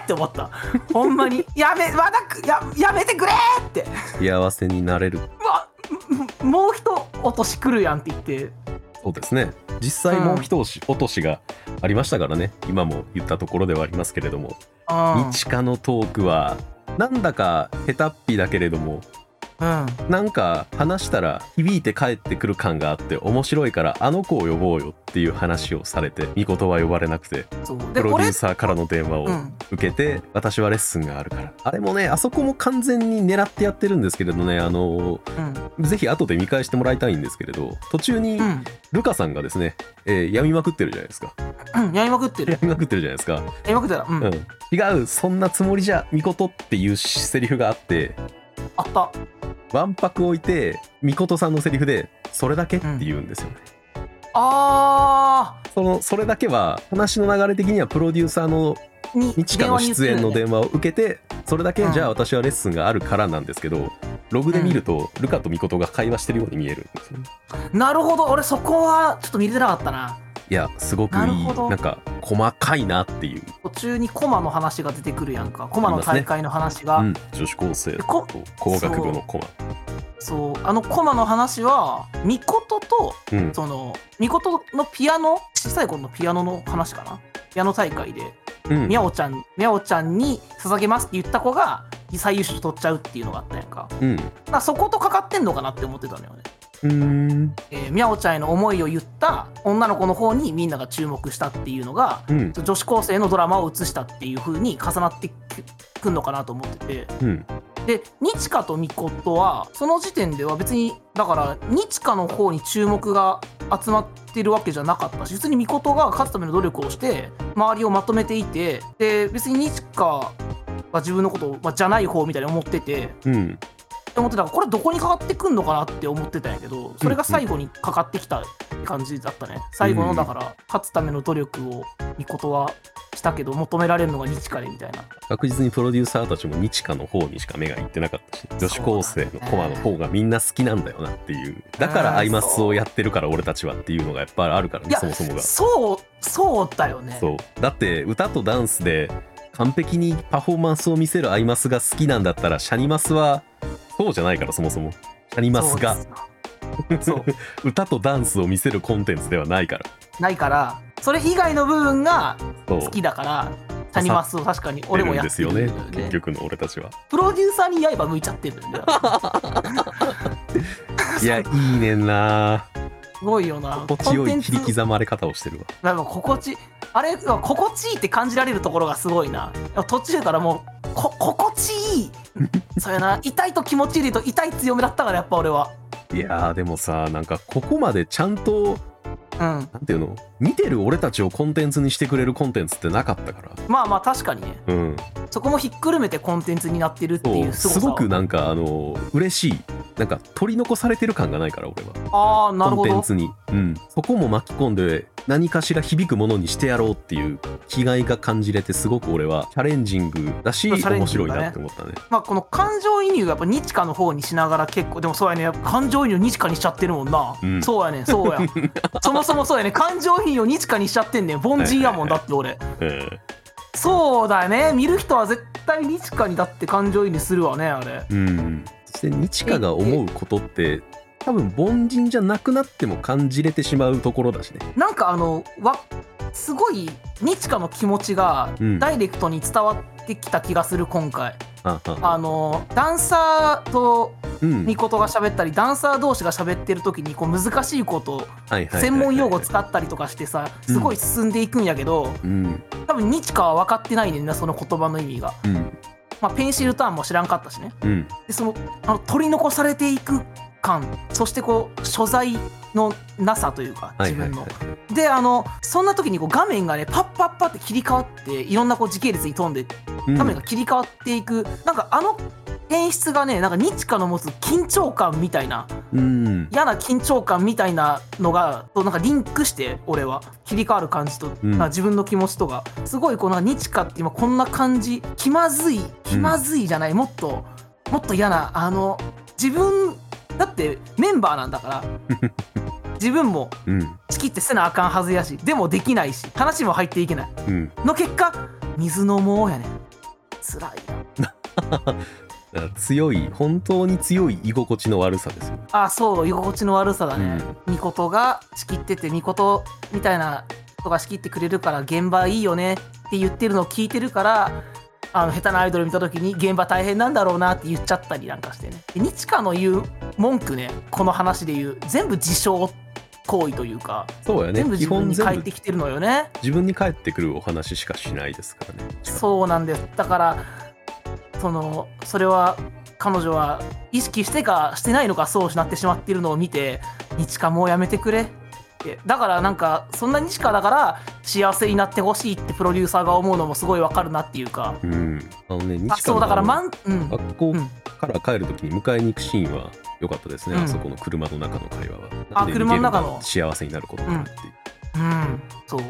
[SPEAKER 2] ーって思ったほんまにやめまだくややめてくれーって
[SPEAKER 1] 幸せになれる
[SPEAKER 2] うわんんもう一落とし来るやんって言って
[SPEAKER 1] そうですね実際もう一押し落としがありましたからね今も言ったところではありますけれども
[SPEAKER 2] うん
[SPEAKER 1] 日課のトークはなんだか下手っぴだけれども
[SPEAKER 2] うん
[SPEAKER 1] なんか話したら響いて帰ってくる感があって面白いからあの子を呼ぼうよっていう話をされてみことは呼ばれなくて
[SPEAKER 2] そう
[SPEAKER 1] プ
[SPEAKER 2] で
[SPEAKER 1] ロ
[SPEAKER 2] こ
[SPEAKER 1] デュ
[SPEAKER 2] れ
[SPEAKER 1] ーサーからの電話を
[SPEAKER 2] うん
[SPEAKER 1] 受けて私はレッスンがあるからあれもねあそこも完全に狙ってやってるんですけれどねあの
[SPEAKER 2] うん
[SPEAKER 1] ぜひ後で見返してもらいたいんですけれど途中に
[SPEAKER 2] うん
[SPEAKER 1] ルカさんがですね、えー、病みまくってるじゃないですか
[SPEAKER 2] うんやりまくってる
[SPEAKER 1] 病みまくってるじゃないですか、
[SPEAKER 2] やりまくってたうん
[SPEAKER 1] うん、違うそんなつもりじゃみことっていうセリフがあって
[SPEAKER 2] あった
[SPEAKER 1] わんぱく置いてみことさんのセリフで「それだけ?」って言うんですよね、
[SPEAKER 2] あ
[SPEAKER 1] そのそれだけは話の流れ的にはプロデューサーの
[SPEAKER 2] ーに
[SPEAKER 1] 日かの出演の電話を受けてそれだけ
[SPEAKER 2] うん
[SPEAKER 1] じゃあ私はレッスンがあるからなんですけどログで見るとルカとミコトが会話してるように見えるんですよね
[SPEAKER 2] なるほど俺そこはちょっと見れてなかったない
[SPEAKER 1] やすごくいい
[SPEAKER 2] な
[SPEAKER 1] な
[SPEAKER 2] るほど
[SPEAKER 1] んか細かいなっていう、
[SPEAKER 2] 途中にコマの話が出てくるやんかコマの大会の話
[SPEAKER 1] う
[SPEAKER 2] が、
[SPEAKER 1] ん、女子高生と
[SPEAKER 2] こ
[SPEAKER 1] 工学部のコマ
[SPEAKER 2] そうあのコマの話はミコトと
[SPEAKER 1] うん
[SPEAKER 2] そのミコトのピアノ小さい頃のピアノの話かなピアノ大会で
[SPEAKER 1] うん
[SPEAKER 2] みやおちゃんみやおちゃんに捧げますって言った子が最優秀取っちゃうっていうのがあったやんかだ
[SPEAKER 1] うん
[SPEAKER 2] からそことかかってんのかなって思ってたのよね
[SPEAKER 1] うーん
[SPEAKER 2] えーみやおちゃんへの思いを言った女の子の方にみんなが注目したっていうのが
[SPEAKER 1] うん
[SPEAKER 2] 女子高生のドラマを映したっていう風に重なってくんのかなと思ってて
[SPEAKER 1] うん
[SPEAKER 2] で日花とミコとはその時点では別にだから日花の方に注目が集まってるわけじゃなかったし別にミコトが勝つための努力をして周りをまとめていてで別に日花は自分のことを、まあじゃない方みたいに思ってて
[SPEAKER 1] うん
[SPEAKER 2] って思ってたからこれどこにかかってくんのかなって思ってたんやけどそれが最後にかかってきた感じだったね最後のだから勝つための努力をみことはしたけど求められるのが日カレみたいな
[SPEAKER 1] 確実にプロデューサーたちも日課の方にしか目がいってなかったし女子高生のコマの方がみんな好きなんだよなっていうだからアイマスをやってるから俺たちはっていうのがやっぱりあるから
[SPEAKER 2] い
[SPEAKER 1] ね
[SPEAKER 2] や
[SPEAKER 1] そもそもが
[SPEAKER 2] そうそうだよね
[SPEAKER 1] そうだって歌とダンスで完璧にパフォーマンスを見せるアイマスが好きなんだったらシャニマスはそうじゃないからそもそもシャニマスが
[SPEAKER 2] そうですそう
[SPEAKER 1] 歌とダンスを見せるコンテンツではないから
[SPEAKER 2] ないからそれ以外の部分が
[SPEAKER 1] そう
[SPEAKER 2] 好きだからタニマスを確かに俺もやってる
[SPEAKER 1] 出
[SPEAKER 2] んだ
[SPEAKER 1] るん
[SPEAKER 2] よ
[SPEAKER 1] ですよね
[SPEAKER 2] ね
[SPEAKER 1] 結局の俺たちは
[SPEAKER 2] プロデューサーに刃向いちゃってるんだよ
[SPEAKER 1] いやいいねんな
[SPEAKER 2] すごいよな
[SPEAKER 1] 心地よ
[SPEAKER 2] コンテ
[SPEAKER 1] い
[SPEAKER 2] ンツ
[SPEAKER 1] 切り刻まれ方をしてるわ
[SPEAKER 2] なんか心地あれは心地いいって感じられるところがすごいな途中からもうこ心地い いそうやな痛いと気持ちいいと痛い強めだったからやっぱ俺はい
[SPEAKER 1] やーでもさなんかここまでちゃんと
[SPEAKER 2] うん
[SPEAKER 1] なんていうの見てる俺たちをコンテンツにしてくれるコンテンツってなかったから
[SPEAKER 2] まあまあ確かにね
[SPEAKER 1] うん
[SPEAKER 2] そこもひっくるめてコンテンツになってるってい
[SPEAKER 1] そうう
[SPEAKER 2] すご
[SPEAKER 1] す
[SPEAKER 2] さ
[SPEAKER 1] ごくなんかあの嬉しいなんか取り残されてる感がないから俺は
[SPEAKER 2] ああな
[SPEAKER 1] コ
[SPEAKER 2] るほ
[SPEAKER 1] ンテ
[SPEAKER 2] ど
[SPEAKER 1] ンツに、うん、そこも巻き込んで何かしら響くものにしてやろうっていう気概が感じれてすごく俺はチャレンジングだし、
[SPEAKER 2] まあチャレン
[SPEAKER 1] 面
[SPEAKER 2] ジ
[SPEAKER 1] 白
[SPEAKER 2] ング
[SPEAKER 1] い
[SPEAKER 2] だね
[SPEAKER 1] なって思ったね
[SPEAKER 2] まあこの感情移入がやっぱ日課の方にしながら結構でもそうやね感情移入日課にしちゃってるもんな、
[SPEAKER 1] うん
[SPEAKER 2] そうやねそ うやそもそもそうやね感情移入を日課にしちゃってんねん凡人やもんだって俺
[SPEAKER 1] え
[SPEAKER 2] そうだね見る人は絶対にちかにだって感情移入するわねあれ
[SPEAKER 1] えうんそして日花が思うことって多分凡人じゃなくなっても感じれてしまうところだしね
[SPEAKER 2] なんかあのわすごいにちかの気持ちが
[SPEAKER 1] うん
[SPEAKER 2] ダイレクトに伝わってきた気がする今回、
[SPEAKER 1] ああ
[SPEAKER 2] あのダンサーと
[SPEAKER 1] うん
[SPEAKER 2] ミコトが喋ったりダンサー同士が喋ってる時にこう難しいこと
[SPEAKER 1] はいはいはいはい
[SPEAKER 2] 専門用語使ったりとかしてさ
[SPEAKER 1] うん
[SPEAKER 2] すごい進んでいくんやけど
[SPEAKER 1] うん
[SPEAKER 2] 多分にちかは分かってないねんなその言葉の意味が、
[SPEAKER 1] うん
[SPEAKER 2] まあ、ペンシルターンも知らんかったしね
[SPEAKER 1] うん
[SPEAKER 2] でそのあの取り残されていく感そしてこう所在のなさというか
[SPEAKER 1] はい
[SPEAKER 2] 自
[SPEAKER 1] はい
[SPEAKER 2] 分の、
[SPEAKER 1] はい
[SPEAKER 2] であのそんな時にこう画面がねパッパッパって切り替わっていろんなこう時系列に飛んで
[SPEAKER 1] うん
[SPEAKER 2] 画面が切り替わっていく、なんかあの演出がねなんか日華の持つ緊張感みたいな
[SPEAKER 1] うん
[SPEAKER 2] 嫌な緊張感みたいなのがとなんかリンクして俺は切り替わる感じと、
[SPEAKER 1] うん
[SPEAKER 2] なんか自分の気持ちとかすごいこうなんか日華って今こんな感じ気まずい気まずいじゃない、もっともっと嫌なあの自分だってメンバーなんだ から自分も
[SPEAKER 1] うん
[SPEAKER 2] 仕切ってせなあかんはずやしでもできないし話も入っていけない
[SPEAKER 1] うん
[SPEAKER 2] の結果水飲もうやねんつらいな
[SPEAKER 1] だから強い本当に強い居心地の悪さですよ、
[SPEAKER 2] あそう居心地の悪さだ
[SPEAKER 1] う
[SPEAKER 2] ね、
[SPEAKER 1] ん
[SPEAKER 2] みことが仕切っててみことみたいな人が仕切ってくれるから現場いいよねって言ってるのを聞いてるからあの下手なアイドル見た時に現場大変なんだろうなって言っちゃったりなんかしてねで日華の言う文句ねこの話で言う全部自傷行為というか、
[SPEAKER 1] そうやね
[SPEAKER 2] 全部
[SPEAKER 1] 基
[SPEAKER 2] 自分
[SPEAKER 1] 本
[SPEAKER 2] に返
[SPEAKER 1] 全
[SPEAKER 2] っ
[SPEAKER 1] 部
[SPEAKER 2] てきてるのよね
[SPEAKER 1] 自分に返ってくるお話しかしないですからね
[SPEAKER 2] そうなんですだからそのそれは彼女は意識してかしてないのかそう失ってしまっているのを見て「日華もうやめてくれ」ってだからなんかそんな日華だから幸せになってほしいってプロデューサーが思うのもすごいわかるなっていうか
[SPEAKER 1] うんあのね
[SPEAKER 2] あ
[SPEAKER 1] 西
[SPEAKER 2] そう
[SPEAKER 1] 川
[SPEAKER 2] だから
[SPEAKER 1] の
[SPEAKER 2] まん、うん、
[SPEAKER 1] 学校
[SPEAKER 2] うん
[SPEAKER 1] から帰るときに迎えに行くシーンは良かったですね、
[SPEAKER 2] うん
[SPEAKER 1] あそこの車の中の会話は。
[SPEAKER 2] あ
[SPEAKER 1] なんで
[SPEAKER 2] 車の中の
[SPEAKER 1] 逃げる幸せになることになるっていう、
[SPEAKER 2] うん、そう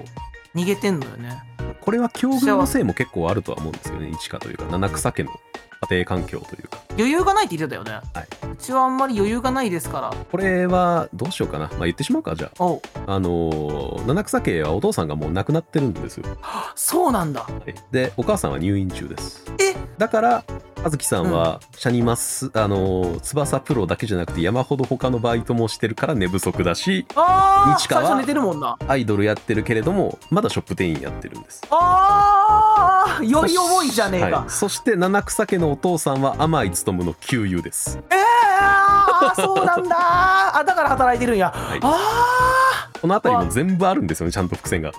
[SPEAKER 2] 逃げてんのよね
[SPEAKER 1] これは境遇のせいも結構あるとは思うんですよね、一華というか、七草家の家庭環境というか。
[SPEAKER 2] 余裕がないって言ってたよね、
[SPEAKER 1] はいう
[SPEAKER 2] ちはあんまり余裕がないですから
[SPEAKER 1] これはどうしようかな、まあ、言ってしまうか、じゃ
[SPEAKER 2] おう
[SPEAKER 1] あ。あのー七草家はお父さんがもう亡くなってるんですよ。
[SPEAKER 2] そうなんだ
[SPEAKER 1] はいで、お母さんは入院中です。
[SPEAKER 2] え
[SPEAKER 1] だから、葉月さんは、シャニマス、あのー翼プロだけじゃなくて、山ほど他のバイトもしてるから寝不足だし、
[SPEAKER 2] ああ
[SPEAKER 1] 日華
[SPEAKER 2] 最
[SPEAKER 1] は
[SPEAKER 2] 初寝てるもんな
[SPEAKER 1] アイドルやってるけれどもまだショップ店員やってるんです
[SPEAKER 2] ああより重いじゃねえか、
[SPEAKER 1] はいそして七草家のお父さんは甘井勤の旧友です
[SPEAKER 2] えー、あーそうな んだあだから働いてるんや、
[SPEAKER 1] い
[SPEAKER 2] あ
[SPEAKER 1] この辺りも全部あるんですよねちゃんと伏線が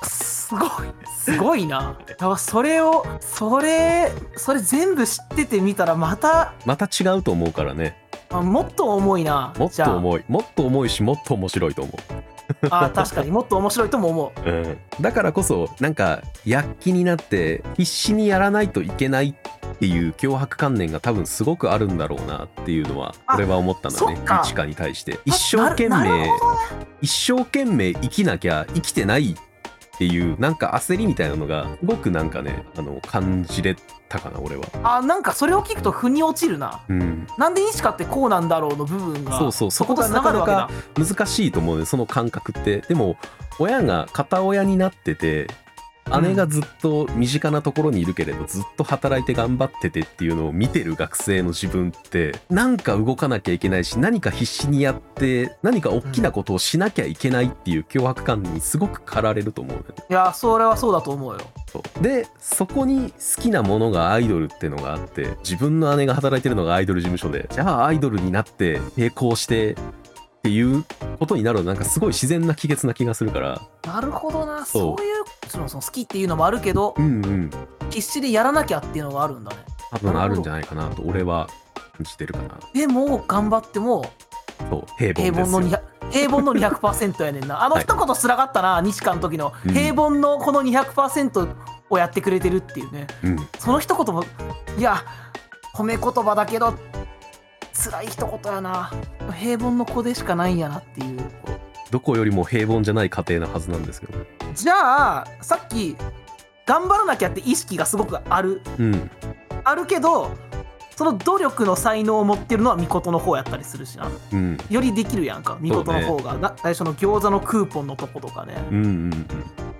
[SPEAKER 2] あすごいすごいなやばそれをそれそれ全部知っててみたらまた
[SPEAKER 1] また違うと思うからね
[SPEAKER 2] あもっと重いな
[SPEAKER 1] もっ
[SPEAKER 2] じ
[SPEAKER 1] と
[SPEAKER 2] ゃあ
[SPEAKER 1] 重いもっと重いしもっと面白いと思
[SPEAKER 2] あー確かにもっと面白いとも思
[SPEAKER 1] う、うん、だからこそなんか躍起になって必死にやらないといけないっていう脅迫観念が多分すごくあるんだろうなっていうのは
[SPEAKER 2] あ
[SPEAKER 1] 俺は思ったんだね
[SPEAKER 2] そっか
[SPEAKER 1] 一華に対して 一生懸
[SPEAKER 2] なるな
[SPEAKER 1] 命
[SPEAKER 2] るほ
[SPEAKER 1] 一生懸命生きなきゃ生きてないっていうなんか焦りみたいなのがすごくなんかねあの感じれたかな俺は
[SPEAKER 2] うあーなんかそれを聞くと腑に落ちるな
[SPEAKER 1] うん
[SPEAKER 2] なんで西かってこうなんだろうの部分が
[SPEAKER 1] そうそうそこが
[SPEAKER 2] そこ
[SPEAKER 1] な
[SPEAKER 2] と
[SPEAKER 1] か
[SPEAKER 2] 繋がる
[SPEAKER 1] な
[SPEAKER 2] わけだ
[SPEAKER 1] か難しいと思うねその感覚ってでも親が片親になってて
[SPEAKER 2] うん
[SPEAKER 1] 姉がずっと身近なところにいるけれど、ずっと働いて頑張っててっていうのを見てる学生の自分ってなんか動かなきゃいけないし何か必死にやって何か大きなことをしなきゃいけないっていう脅迫感にすごく駆られると思うね、
[SPEAKER 2] いやそれはそうだと思うよ
[SPEAKER 1] そうでそこに好きなものがアイドルってのがあって自分の姉が働いてるのがアイドル事務所でじゃあアイドルになって並行してっていうことになるのなんかすごい自然な気月な気がするから
[SPEAKER 2] なるほどな
[SPEAKER 1] そ
[SPEAKER 2] そうういうもちろんその好きっていうのもあるけど
[SPEAKER 1] うんうん
[SPEAKER 2] 必死でやらなきゃっていうのがあるんだね
[SPEAKER 1] 多分あるんじゃないかなと俺は感じてるかな
[SPEAKER 2] でも頑張っても
[SPEAKER 1] そう平凡
[SPEAKER 2] 平
[SPEAKER 1] で
[SPEAKER 2] 凡
[SPEAKER 1] すよ
[SPEAKER 2] の200平凡の200%やねんなあの
[SPEAKER 1] はい
[SPEAKER 2] 一言つらかったな、日韓の時の
[SPEAKER 1] うん
[SPEAKER 2] 平凡のこの200%をやってくれてるっていうね
[SPEAKER 1] うん
[SPEAKER 2] その一言もいや褒め言葉だけど辛い一言やな平凡の子でしかないんやなっていう
[SPEAKER 1] どこよりも平凡じゃない家庭なはずなんですけど
[SPEAKER 2] じゃあさっき頑張らなきゃって意識がすごくある
[SPEAKER 1] うん
[SPEAKER 2] あるけどその努力の才能を持ってるのは巫女の方やったりするしな
[SPEAKER 1] うん
[SPEAKER 2] よりできるやんか見事の方が、な最初の餃子のクーポンのとことかね
[SPEAKER 1] うんうん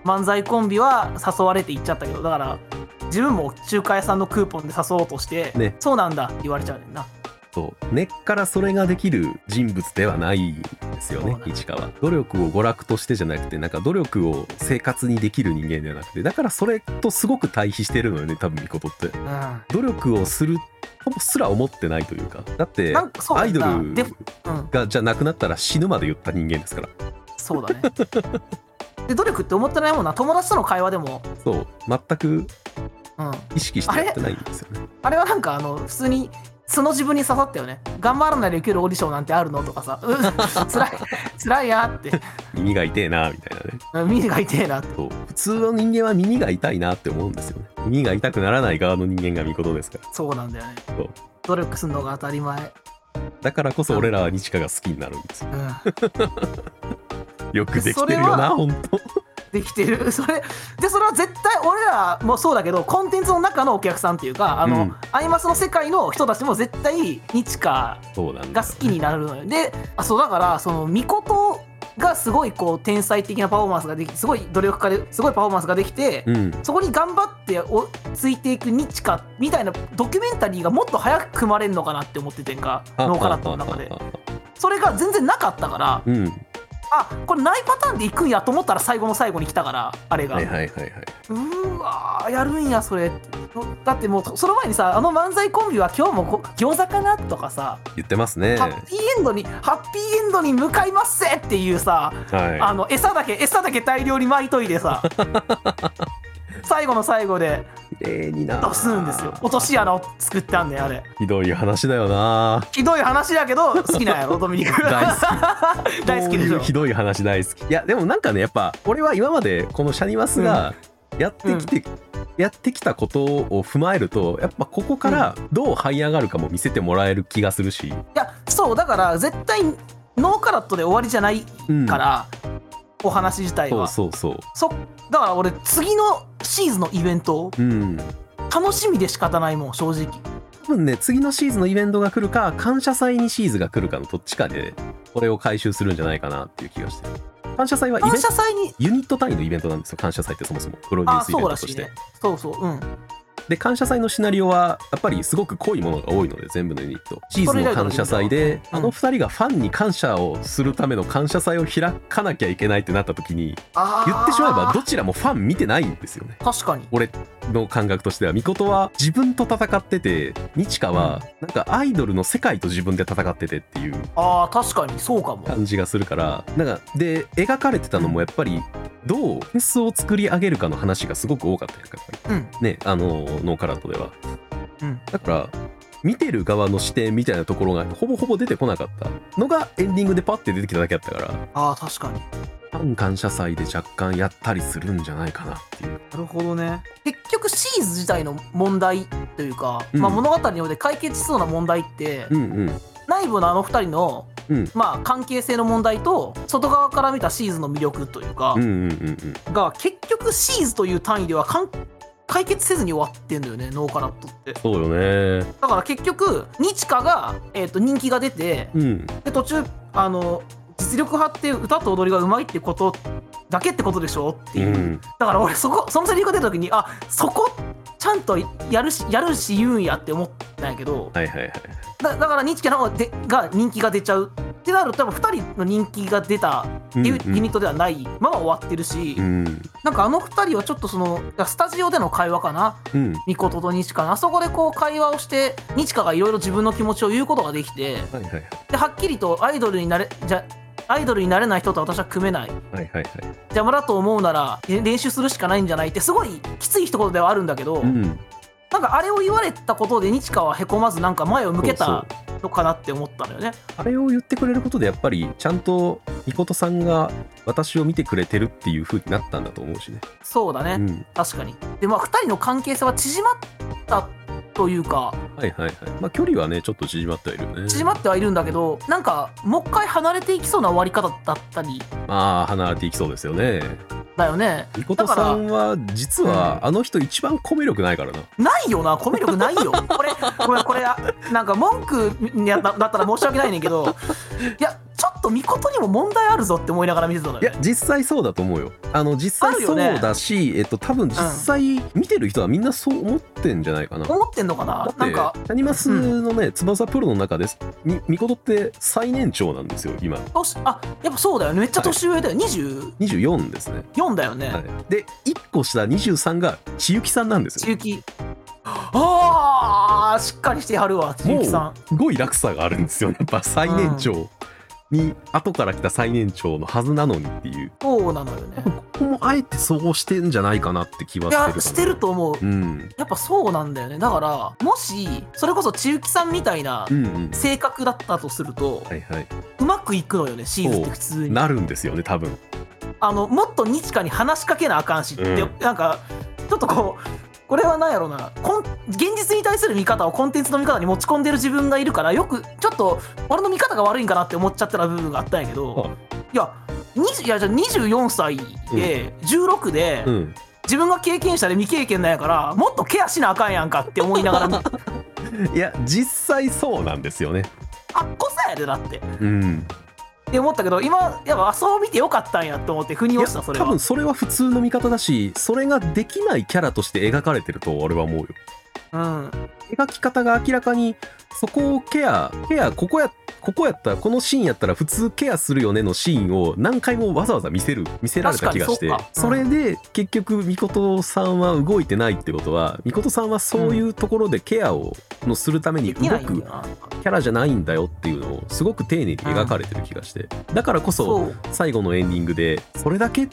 [SPEAKER 2] 漫才コンビは誘われて行っちゃったけどだから自分も仲介さんのクーポンで誘おうとして、
[SPEAKER 1] ね
[SPEAKER 2] そうなんだって言われちゃうねんな
[SPEAKER 1] そう根っからそれができる人物ではないんですよ
[SPEAKER 2] そう
[SPEAKER 1] ね
[SPEAKER 2] なんです
[SPEAKER 1] 市川努力を娯楽としてじゃなくてなんか努力を生活にできる人間ではなくてだからそれとすごく対比してるのよね多分みことって
[SPEAKER 2] うん
[SPEAKER 1] 努力をするともすら思ってないというかだって
[SPEAKER 2] なんかそう
[SPEAKER 1] ア
[SPEAKER 2] だ
[SPEAKER 1] イド
[SPEAKER 2] な
[SPEAKER 1] ル
[SPEAKER 2] でうん
[SPEAKER 1] がじゃなくなったら死ぬまで言った人間ですから
[SPEAKER 2] そうだねで努力って思ってないもんな友達との会話でも、
[SPEAKER 1] そう全く
[SPEAKER 2] うん、
[SPEAKER 1] 意識してやってないんですよね
[SPEAKER 2] あれはなんかあの普通にその自分に刺さったよね頑張らないで受けるオーディションなんてあるのとかさ うん辛い辛いやって
[SPEAKER 1] 耳が痛えなみたいなね
[SPEAKER 2] うん耳が痛えなって
[SPEAKER 1] そう普通の人間は耳が痛いなって思うんですよね耳が痛くならない側の人間がみことですから
[SPEAKER 2] そうなんだよね
[SPEAKER 1] そう
[SPEAKER 2] 努力するのが当たり前
[SPEAKER 1] だからこそ俺らは日華が好きになるんですよ
[SPEAKER 2] うん、
[SPEAKER 1] よくできてるよ
[SPEAKER 2] それ
[SPEAKER 1] な
[SPEAKER 2] は
[SPEAKER 1] 本当
[SPEAKER 2] できてる それでそれは絶対俺らもそうだけどコンテンツの中のお客さんっていうかあの、
[SPEAKER 1] うん
[SPEAKER 2] アイマスの世界の人たちも絶対日華
[SPEAKER 1] そうなんだ
[SPEAKER 2] が好きになるのよであそうだからそのミコトがすごいこう天才的なパフォーマンスができてすごい努力家ですごいパフォーマンスができて、
[SPEAKER 1] うん
[SPEAKER 2] そこに頑張っておついていく日華みたいなドキュメンタリーがもっと早く組まれるのかなって思っててんかノーカラットの中で
[SPEAKER 1] あああああ
[SPEAKER 2] それが全然なかったから
[SPEAKER 1] うん
[SPEAKER 2] あこれないパターンでいくんやと思ったら最後の最後に来たからあれが、
[SPEAKER 1] はいはいはいはいう
[SPEAKER 2] ーわーやるんやそれだってもうその前にさあの漫才コンビは今日もこ餃子かなとかさ、
[SPEAKER 1] 言ってますね
[SPEAKER 2] ハ
[SPEAKER 1] は
[SPEAKER 2] ッピーエンドにハッピーエンドに向かいますぜっていうさ、あ
[SPEAKER 1] い
[SPEAKER 2] の餌だけ餌だけ大量に巻いといて さ最後の最後で
[SPEAKER 1] 綺麗にな
[SPEAKER 2] ドスンですよ落とし穴を作ったんだよあれ
[SPEAKER 1] ひどい話だよ な
[SPEAKER 2] ひどい話だけど好きな んやろドミニク
[SPEAKER 1] 大
[SPEAKER 2] 好大好きでし
[SPEAKER 1] こうい
[SPEAKER 2] ょ
[SPEAKER 1] うひどい話大好きいやでもなんかねやっぱ俺は今までこのシャニマスがやってきて、やってきたことを踏まえるとやっぱここからどう這い上がるかも見せてもらえる気がするし、
[SPEAKER 2] いやそうだから絶対ノーカラットで終わりじゃない
[SPEAKER 1] うん、
[SPEAKER 2] から、お話自体
[SPEAKER 1] そう
[SPEAKER 2] は
[SPEAKER 1] そうそ
[SPEAKER 2] そだから俺次のシーズンのイベント
[SPEAKER 1] ううん
[SPEAKER 2] 楽しみで仕方ないもん正直
[SPEAKER 1] 多分ね次のシーズンのイベントが来るか感謝祭にシーズンが来るかのどっちかでこれを回収するんじゃないかなっていう気がしてる感謝祭はイベン
[SPEAKER 2] 感
[SPEAKER 1] ト
[SPEAKER 2] 謝祭に
[SPEAKER 1] ユニット単位のイベントなんですよ感謝祭ってそもそもプロデュー
[SPEAKER 2] あ
[SPEAKER 1] スイベン
[SPEAKER 2] そう
[SPEAKER 1] ト
[SPEAKER 2] ら
[SPEAKER 1] と
[SPEAKER 2] し
[SPEAKER 1] し
[SPEAKER 2] い
[SPEAKER 1] て
[SPEAKER 2] ねそうそううん
[SPEAKER 1] で感謝祭のシナリオはやっぱりすごく濃いものが多いので全部のユニットシーズンの感謝祭で、
[SPEAKER 2] うん
[SPEAKER 1] あの2人がファンに感謝をするための感謝祭を開かなきゃいけないってなった時に
[SPEAKER 2] あー
[SPEAKER 1] 言ってしまえばどちらもファン見てないんですよね
[SPEAKER 2] 確かに
[SPEAKER 1] 俺の感覚としてはミコトは自分と戦ってて日華はなんかアイドルの世界と自分で戦っててっていう
[SPEAKER 2] あー確かにそうかも
[SPEAKER 1] 感じがするからなんかで描かれてたのもやっぱりどうフェスを作り上げるかの話がすごく多かったやんかやっぱり
[SPEAKER 2] うん
[SPEAKER 1] ねあのノーカラットでは
[SPEAKER 2] うん
[SPEAKER 1] だから見てる側の視点みたいなところがほぼほぼ出てこなかったのがエンディングでパッて出てきただけだったから
[SPEAKER 2] あー確かに
[SPEAKER 1] ファン感謝祭で若干やったりするんじゃないかなっていう
[SPEAKER 2] なるほどね結局シーズン自体の問題というか、
[SPEAKER 1] うん
[SPEAKER 2] まあ、物語のようで解決しそうな問題って、
[SPEAKER 1] うんうん
[SPEAKER 2] 内部のあの2人の、
[SPEAKER 1] うん
[SPEAKER 2] まあ、関係性の問題と外側から見たシーズンの魅力というか
[SPEAKER 1] うんう、んうんうん
[SPEAKER 2] が結局シーズンという単位ではかん解決せずに終わってんだよねノーカラットって
[SPEAKER 1] そうよね
[SPEAKER 2] だから結局日華が、えー、と人気が出て
[SPEAKER 1] うん
[SPEAKER 2] で途中あの実力派って歌と踊りがうまいってことだけってことでしょって
[SPEAKER 1] う
[SPEAKER 2] いう、
[SPEAKER 1] ん
[SPEAKER 2] だから俺そこそのセリフが出た時にあそこちゃんとやるしやるし言うんやって思ったんやけど
[SPEAKER 1] はいはいはい
[SPEAKER 2] だだから日記の方がでが人気が出ちゃうってなると多分2人の人気が出たっていう
[SPEAKER 1] うんうん
[SPEAKER 2] ユニットではないまま終わってるし、
[SPEAKER 1] うん
[SPEAKER 2] なんかあの2人はちょっとそのスタジオでの会話かな
[SPEAKER 1] うん
[SPEAKER 2] ミコトとニチカのあそこでこう会話をしてニチカがいろいろ自分の気持ちを言うことができて
[SPEAKER 1] はいはいはい
[SPEAKER 2] ではっきりとアイドルになれじゃアイドルになれない人と私は組めない
[SPEAKER 1] はいはいはい
[SPEAKER 2] 邪魔だと思うならえ練習するしかないんじゃないってすごいきつい一言ではあるんだけど、
[SPEAKER 1] うん
[SPEAKER 2] なんかあれを言われたことで日川はへこまずなんか前を向け
[SPEAKER 1] そう
[SPEAKER 2] たのかなって思ったのよね
[SPEAKER 1] あれを言ってくれることでやっぱりちゃんとみことさんが私を見てくれてるっていう風になったんだと思うしね
[SPEAKER 2] そうだね、
[SPEAKER 1] うん
[SPEAKER 2] 確かにでまあ2人の関係性は縮まったというか
[SPEAKER 1] はいはいはいまあ距離はねちょっと縮まってはいるよね
[SPEAKER 2] 縮まってはいるんだけどなんかもう一回離れていきそうな終わり方だったり
[SPEAKER 1] まあ離れていきそうですよね
[SPEAKER 2] だよね
[SPEAKER 1] みことさんは実はあの人一番コミュ力ないからな、
[SPEAKER 2] ないよなコミュ力ないよ これこれこれあなんか文句にやだだったら申し訳ないねんけどいやちょっと見事にも問題あるぞって思いながら見てたのよ
[SPEAKER 1] いや実際そうだと思うよあの実
[SPEAKER 2] あ
[SPEAKER 1] 際
[SPEAKER 2] る
[SPEAKER 1] そ
[SPEAKER 2] よ
[SPEAKER 1] う
[SPEAKER 2] ね
[SPEAKER 1] だし、えっと多分実際見てる人はみんなそう思ってんじゃないかな、
[SPEAKER 2] 思ってんのかな
[SPEAKER 1] だ
[SPEAKER 2] な
[SPEAKER 1] って
[SPEAKER 2] んか
[SPEAKER 1] シャニマスのね、翼プロの中ですみみことって最年長なんですよ今
[SPEAKER 2] 年あやっぱそうだよねめっちゃ年上だよ、
[SPEAKER 1] 24ですね
[SPEAKER 2] 24だよね、
[SPEAKER 1] はい、で1個下23が千雪さんなんですよ
[SPEAKER 2] 中期ああしっかりしてはるわ中期さん
[SPEAKER 1] すごい落差があるんですよねやっぱ最年長に、後から来た最年長のはずなのにっていう
[SPEAKER 2] そうなのよね
[SPEAKER 1] ここもあえてそうしてんじゃないかなって気はいしてるか
[SPEAKER 2] や
[SPEAKER 1] な
[SPEAKER 2] してると思う
[SPEAKER 1] うん、
[SPEAKER 2] やっぱそうなんだよねだからもしそれこそ中期さんみたいな
[SPEAKER 1] うんうん
[SPEAKER 2] 性格だったとすると、
[SPEAKER 1] はいはいう
[SPEAKER 2] まくいくのよねシーズンって普通に
[SPEAKER 1] なるんですよね多分
[SPEAKER 2] あのもっと日華に話しかけなあかんしって、
[SPEAKER 1] うん
[SPEAKER 2] なんかちょっとこうこれは何やろうなこん現実に対する見方をコンテンツの見方に持ち込んでる自分がいるからよくちょっとと俺の見方が悪いんかなって思っちゃってた部分があったんやけど、
[SPEAKER 1] はい
[SPEAKER 2] や20いやじゃあ24歳で、16で、
[SPEAKER 1] うん
[SPEAKER 2] 自分が経験者で未経験なんやからもっとケアしなあかんやんかって思いながら見 て
[SPEAKER 1] いや実際そうなんですよね
[SPEAKER 2] あっこさやでだって
[SPEAKER 1] うん
[SPEAKER 2] って思ったけど今やっぱそう見てよかったんやと思って腑に
[SPEAKER 1] いや
[SPEAKER 2] 落ちたそれ
[SPEAKER 1] 多
[SPEAKER 2] は
[SPEAKER 1] 分それは普通の見方だしそれができないキャラとして描かれてると俺は思うよ
[SPEAKER 2] うん
[SPEAKER 1] 描き方が明らかにそこをケアケアここやここやったらこのシーンやったら普通ケアするよねのシーンを何回もわざわざ見せる見せられた気がして
[SPEAKER 2] 確かにそ
[SPEAKER 1] そう
[SPEAKER 2] か
[SPEAKER 1] れで結局みことさんは動いてないってことはみことさんはそういうところでケアをのするために動
[SPEAKER 2] できないん
[SPEAKER 1] く
[SPEAKER 2] やな
[SPEAKER 1] キャラじゃないんだよっていうのをすごく丁寧に描かれてる気がしてだからこそ
[SPEAKER 2] そう
[SPEAKER 1] 最後のエンディングで「それだけ?」っ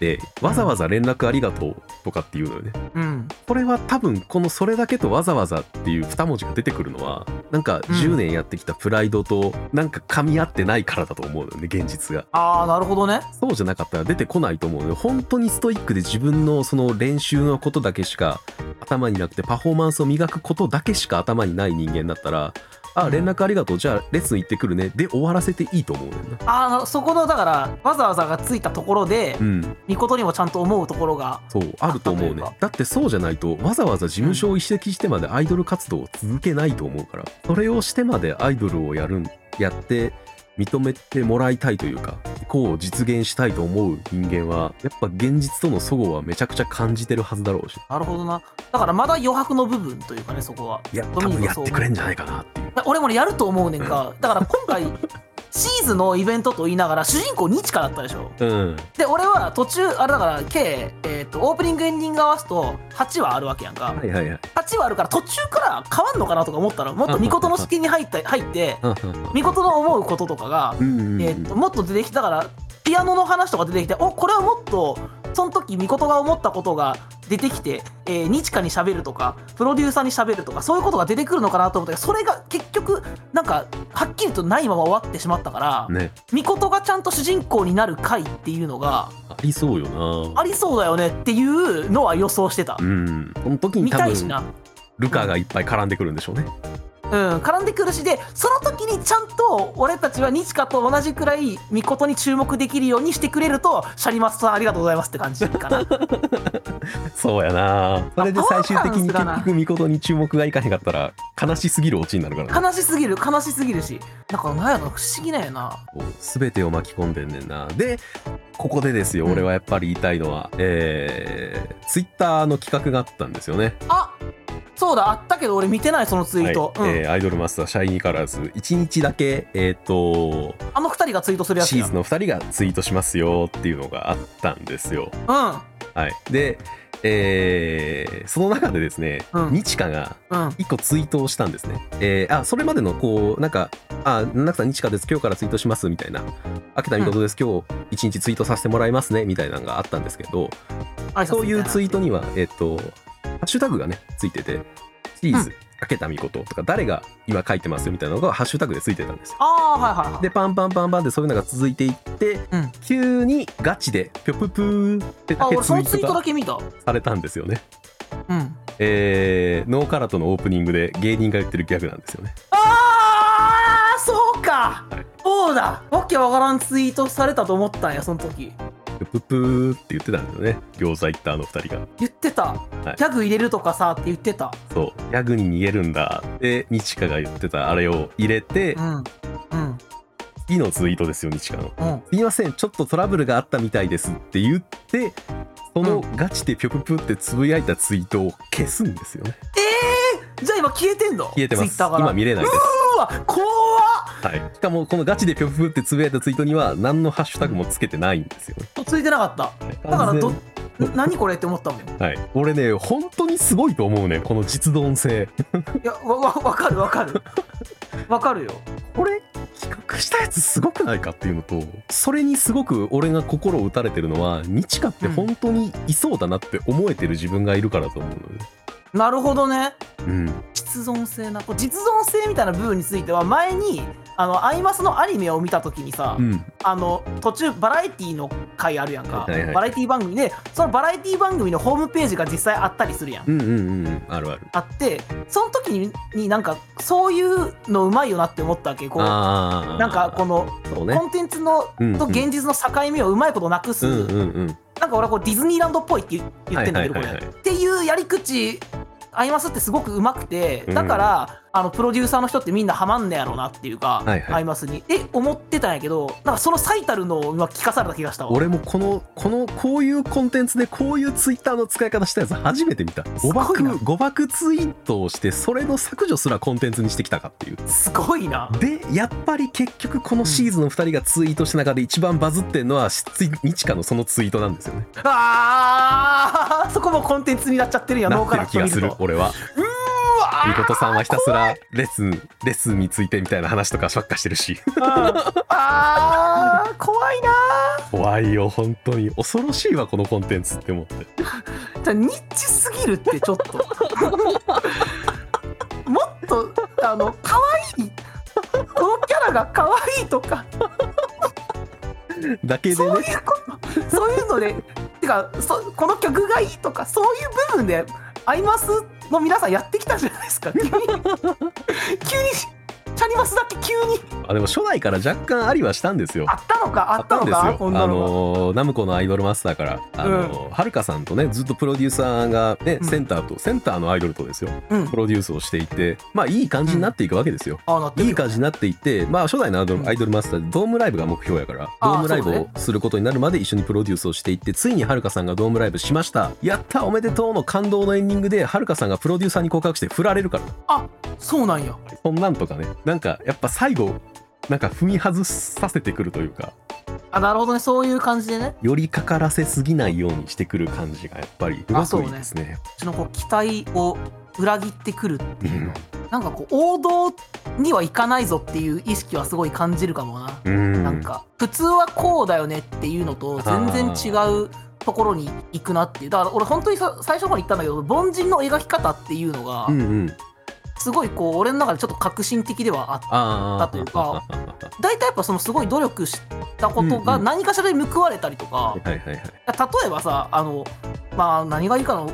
[SPEAKER 1] てわざわざ連絡ありがとうとかっていうのよね
[SPEAKER 2] うん
[SPEAKER 1] これは多分この「それだけ」と「わざわざ」っていう2文字が出てくるのはなんか
[SPEAKER 2] うん
[SPEAKER 1] 10年やってきたプライドとなんか噛み合ってないからだと思うのよね現実が。
[SPEAKER 2] ああなるほどね
[SPEAKER 1] そうじゃなかったら出てこないと思うのよ本当にストイックで自分のその練習のことだけしか頭になくてパフォーマンスを磨くことだけしか頭にない人間だったら「あ
[SPEAKER 2] うん
[SPEAKER 1] 連絡ありがとうじゃあレッスン行ってくるね」で終わらせていいと思うのよね。
[SPEAKER 2] あーなそこのだからわざわざがついたところで
[SPEAKER 1] うん
[SPEAKER 2] みことにもちゃんと思うところが
[SPEAKER 1] そうあると思うね
[SPEAKER 2] あったというか
[SPEAKER 1] だってそうじゃないとわざわざ事務所を移籍してまでアイドル活動を続けないと思うからそれをしてまでアイドルをやるんやって認めてもらいたいというかこう実現したいと思う人間はやっぱ現実との齟齬はめちゃくちゃ感じてるはずだろうし
[SPEAKER 2] なるほどなだからまだ余白の部分というかねそこはい
[SPEAKER 1] や多
[SPEAKER 2] ドミ
[SPEAKER 1] 分や
[SPEAKER 2] ニクが
[SPEAKER 1] っ
[SPEAKER 2] そう
[SPEAKER 1] てくれんじゃないかなっていう
[SPEAKER 2] 俺もねやると思うねんかだから今 回シーズンのイベントと言いながら主人公ニチカだったでしょ
[SPEAKER 1] うん
[SPEAKER 2] で俺は途中あれだから計、えー、とオープニングエンディング合わすと8話あるわけやんか
[SPEAKER 1] はいはいはい
[SPEAKER 2] 8話あるから途中から変わんのかなとか思ったらもっ
[SPEAKER 1] う
[SPEAKER 2] と
[SPEAKER 1] ん
[SPEAKER 2] 巫女の視点に入った入って
[SPEAKER 1] うん
[SPEAKER 2] 巫女の思うこととかが、
[SPEAKER 1] うんうんうん
[SPEAKER 2] えー、ともっと出てきたからピアノの話とか出てきておこれはもっとその時巫女が思ったことが出てきて、えー、日華に喋るとかプロデューサーに喋るとかそういうことが出てくるのかなと思ったけどそれが結局なんかはっきりとないまま終わってしまったから
[SPEAKER 1] ね
[SPEAKER 2] 巫女がちゃんと主人公になる回っていうのが。
[SPEAKER 1] ありそうよな
[SPEAKER 2] ありそうだよねっていうのは予想してた
[SPEAKER 1] う。んその時に
[SPEAKER 2] 見
[SPEAKER 1] 多
[SPEAKER 2] たいし
[SPEAKER 1] 分
[SPEAKER 2] な。
[SPEAKER 1] ルカがいっぱい絡んでくるんでしょうね
[SPEAKER 2] うん、絡んでくるしでその時にちゃんと俺たちは日カと同じくらいミコトに注目できるようにしてくれるとシャリマスさんありがとうございますって感じ かな
[SPEAKER 1] そうやなそれで最終的に
[SPEAKER 2] パ
[SPEAKER 1] 結
[SPEAKER 2] ワーバランスだな
[SPEAKER 1] 局みことに注目がいかへんかったら悲しすぎるオチになるからね
[SPEAKER 2] 悲しすぎる悲しすぎるしだからなんやろ不思議なんやな
[SPEAKER 1] こう全てを巻き込んでんねんなでここでですよ
[SPEAKER 2] うん
[SPEAKER 1] 俺はやっぱり言いたいのは、えー、ツイッターの企画があったんですよね、
[SPEAKER 2] あそうだあったけど俺見てないそのツイ
[SPEAKER 1] は
[SPEAKER 2] ー
[SPEAKER 1] い
[SPEAKER 2] ト、うん
[SPEAKER 1] えーアイドルマスターシャイニーカラーズ1日だけえっ、と
[SPEAKER 2] あの二人がツイートするやつ
[SPEAKER 1] シ
[SPEAKER 2] や
[SPEAKER 1] ーズンの2人がツイートしますよっていうのがあったんですよはいでえーその中でですね、
[SPEAKER 2] うん
[SPEAKER 1] ニチカが
[SPEAKER 2] うんうん
[SPEAKER 1] 一個ツイートをしたんですね。えーあそれまでのこうなんか「あ中さん日華です今日からツイートします」みたいな「明田美琴です、今日一日ツイートさせてもらいますね」みたいなのがあったんですけど
[SPEAKER 2] 挨拶みたな
[SPEAKER 1] そういうツイートにはえっ、とハッシュタグがねついてて「シリーズ明田美琴」とか「誰が今書いてますよ」みたいなのがハッシュタグでついてたんですよ。
[SPEAKER 2] ああはいはいはい
[SPEAKER 1] でパンパンパンパンでそういうのが続いていって、
[SPEAKER 2] うん
[SPEAKER 1] 急にガチでぴょぷぷーってだ
[SPEAKER 2] あ
[SPEAKER 1] け
[SPEAKER 2] 俺
[SPEAKER 1] ツ
[SPEAKER 2] そ
[SPEAKER 1] イ
[SPEAKER 2] のツイ
[SPEAKER 1] ー
[SPEAKER 2] ート
[SPEAKER 1] ト
[SPEAKER 2] だ
[SPEAKER 1] が
[SPEAKER 2] け見た
[SPEAKER 1] されたんですよね。
[SPEAKER 2] うん
[SPEAKER 1] えー、ノーカラトのオープニングで芸人が言ってるギャグなんですよね。
[SPEAKER 2] ああそうか、
[SPEAKER 1] はい
[SPEAKER 2] そうだわけわからんツイートされたと思ったんやその時
[SPEAKER 1] ププーって言ってたんですよね餃子行ったあの2人が
[SPEAKER 2] 言ってた、
[SPEAKER 1] い
[SPEAKER 2] ギャグ入れるとかさって言ってた
[SPEAKER 1] そうギャグに逃げるんだで日華が言ってたあれを入れて
[SPEAKER 2] うんうん
[SPEAKER 1] 次のツイートですよ日華の
[SPEAKER 2] うん
[SPEAKER 1] 「すいませんちょっとトラブルがあったみたいです」って言ってそのガチでピョププってつぶやいたツイートを消すんですよね
[SPEAKER 2] じゃあ今消えてんの
[SPEAKER 1] 消えてま
[SPEAKER 2] ツイッ
[SPEAKER 1] す
[SPEAKER 2] ターから
[SPEAKER 1] 今見れないです
[SPEAKER 2] うわ怖っ
[SPEAKER 1] はいしかもこのガチでピョププってつぶやいたツイートには何のハッシュタグもつけてないんですよね
[SPEAKER 2] ついてなかっただからど
[SPEAKER 1] 完全
[SPEAKER 2] な何これって思ったもんい
[SPEAKER 1] 全はい俺ね本当にすごいと思うねこの実存性
[SPEAKER 2] やわわわかるわ かるわかるよ
[SPEAKER 1] これ企画したやつすごくないかっていうのとそれにすごく俺が心を打たれてるのは日華って本当にいそうだなって思えてる自分がいるからと思うのね
[SPEAKER 2] なるほどね
[SPEAKER 1] うん
[SPEAKER 2] 実存性なこう実存性みたいな部分については前にあのアイマスのアニメを見た時にさ、
[SPEAKER 1] うん
[SPEAKER 2] あの途中バラエティの回あるやんか、
[SPEAKER 1] はいはいはい
[SPEAKER 2] バラエティ番組でそのバラエティ番組のホームページが実際あったりするやん、
[SPEAKER 1] うんうんうんうんあるある
[SPEAKER 2] あってその時にになんかそういうのうまいよなって思ったわけこう
[SPEAKER 1] ああ
[SPEAKER 2] なんかこの
[SPEAKER 1] そうね
[SPEAKER 2] コンテンツの
[SPEAKER 1] うんうん
[SPEAKER 2] と現実の境目をうまいことなくす、
[SPEAKER 1] うんうんうん
[SPEAKER 2] なんか俺はこうディズニーランドっぽいって言言ってんだけどこれ、
[SPEAKER 1] はいはいはいはい
[SPEAKER 2] っていうやり口アイマスってすごくうまくてだから、あのプロデューサーの人ってみんなハマんねやろなっていう
[SPEAKER 1] は
[SPEAKER 2] か、
[SPEAKER 1] いはい
[SPEAKER 2] アイマスにって思ってたんやけどなんかその最たるのを今聞かされた気がしたわ
[SPEAKER 1] 俺もこのこのこういうコンテンツでこういうツイッターの使い方したやつ初めて見た
[SPEAKER 2] す
[SPEAKER 1] 誤
[SPEAKER 2] ごいな
[SPEAKER 1] 爆誤爆ツイートをしてそれの削除すらコンテンツにしてきたかっていう
[SPEAKER 2] すごいな
[SPEAKER 1] でやっぱり結局このシーズンの2人がツイートした中で一番バズってんのはしつい日かのそのツイートなんですよね
[SPEAKER 2] あーそこもコンテンツになっちゃってるんや
[SPEAKER 1] な
[SPEAKER 2] 脳
[SPEAKER 1] って
[SPEAKER 2] から
[SPEAKER 1] る気がする
[SPEAKER 2] う
[SPEAKER 1] 俺は
[SPEAKER 2] わー
[SPEAKER 1] みことさんはひたすらレッスンレッスンについてみたいな話とかばっかしてるし
[SPEAKER 2] うんあー怖いな
[SPEAKER 1] 怖いよ本当に恐ろしいわこのコンテンツって思って
[SPEAKER 2] じゃあニッチすぎるってちょっともっとあの可愛いこのキャラが可愛いとか
[SPEAKER 1] だけで
[SPEAKER 2] そう
[SPEAKER 1] ね
[SPEAKER 2] いうことそういうのでてかそこの曲がいいとかそういう部分でアイマスの皆さんやってきたじゃないですか急に急にチャリマスだけ急に
[SPEAKER 1] あでも初代から若干ありはしたんですよ
[SPEAKER 2] あったのかあったの
[SPEAKER 1] あ
[SPEAKER 2] か
[SPEAKER 1] った
[SPEAKER 2] こ
[SPEAKER 1] ん
[SPEAKER 2] ん
[SPEAKER 1] ですよ。あ
[SPEAKER 2] なのが
[SPEAKER 1] のーナムコのアイドルマスターから、あのーはるかさんとね、ずっとプロデューサーがね、
[SPEAKER 2] うん
[SPEAKER 1] センターと、センターのアイドルとですよ、
[SPEAKER 2] うん
[SPEAKER 1] プロデュースをしていて、まあ、いい感じになっていくわけですよ。
[SPEAKER 2] あなってる
[SPEAKER 1] いい感じになっていって、まあ、初代のアイド
[SPEAKER 2] う
[SPEAKER 1] ル
[SPEAKER 2] ん
[SPEAKER 1] アイドルマスターでドームライブが目標やから
[SPEAKER 2] あー
[SPEAKER 1] ドームライブ
[SPEAKER 2] そうだ
[SPEAKER 1] を
[SPEAKER 2] ね
[SPEAKER 1] することになるまで一緒にプロデュースをしていってついにはるかさんがドームライブしましたやったおめでとうの感動のエンディングではるかさんがプロデューサーに告白して振られるから
[SPEAKER 2] あそうなんや
[SPEAKER 1] そんなんとかねなんかやっぱ最後なんか踏み外させてくるというか
[SPEAKER 2] あなるほどねそういう感じでね
[SPEAKER 1] 寄りかからせすぎないようにしてくる感じがやっぱりうま
[SPEAKER 2] あ
[SPEAKER 1] く
[SPEAKER 2] そう
[SPEAKER 1] い
[SPEAKER 2] ね
[SPEAKER 1] いですね。
[SPEAKER 2] うちのこう期待を裏切ってくるっていうの、
[SPEAKER 1] う
[SPEAKER 2] なんかこう王道にはいかないぞっていう意識はすごい感じるかもな、
[SPEAKER 1] ん
[SPEAKER 2] なんか普通はこうだよねっていうのと全然違うところに行くなっていうだから俺本当にさ最初の方に言ったんだけど凡人の描き方っていうのが
[SPEAKER 1] うんうん、
[SPEAKER 2] すごいこう俺の中でちょっと革新的ではあって
[SPEAKER 1] あ
[SPEAKER 2] だというか大体やっぱそのすごい努力したことが
[SPEAKER 1] うんうん
[SPEAKER 2] 何かしらで報われたりとか、
[SPEAKER 1] はいはいはい。
[SPEAKER 2] 例えばさあのまあ何がいいかの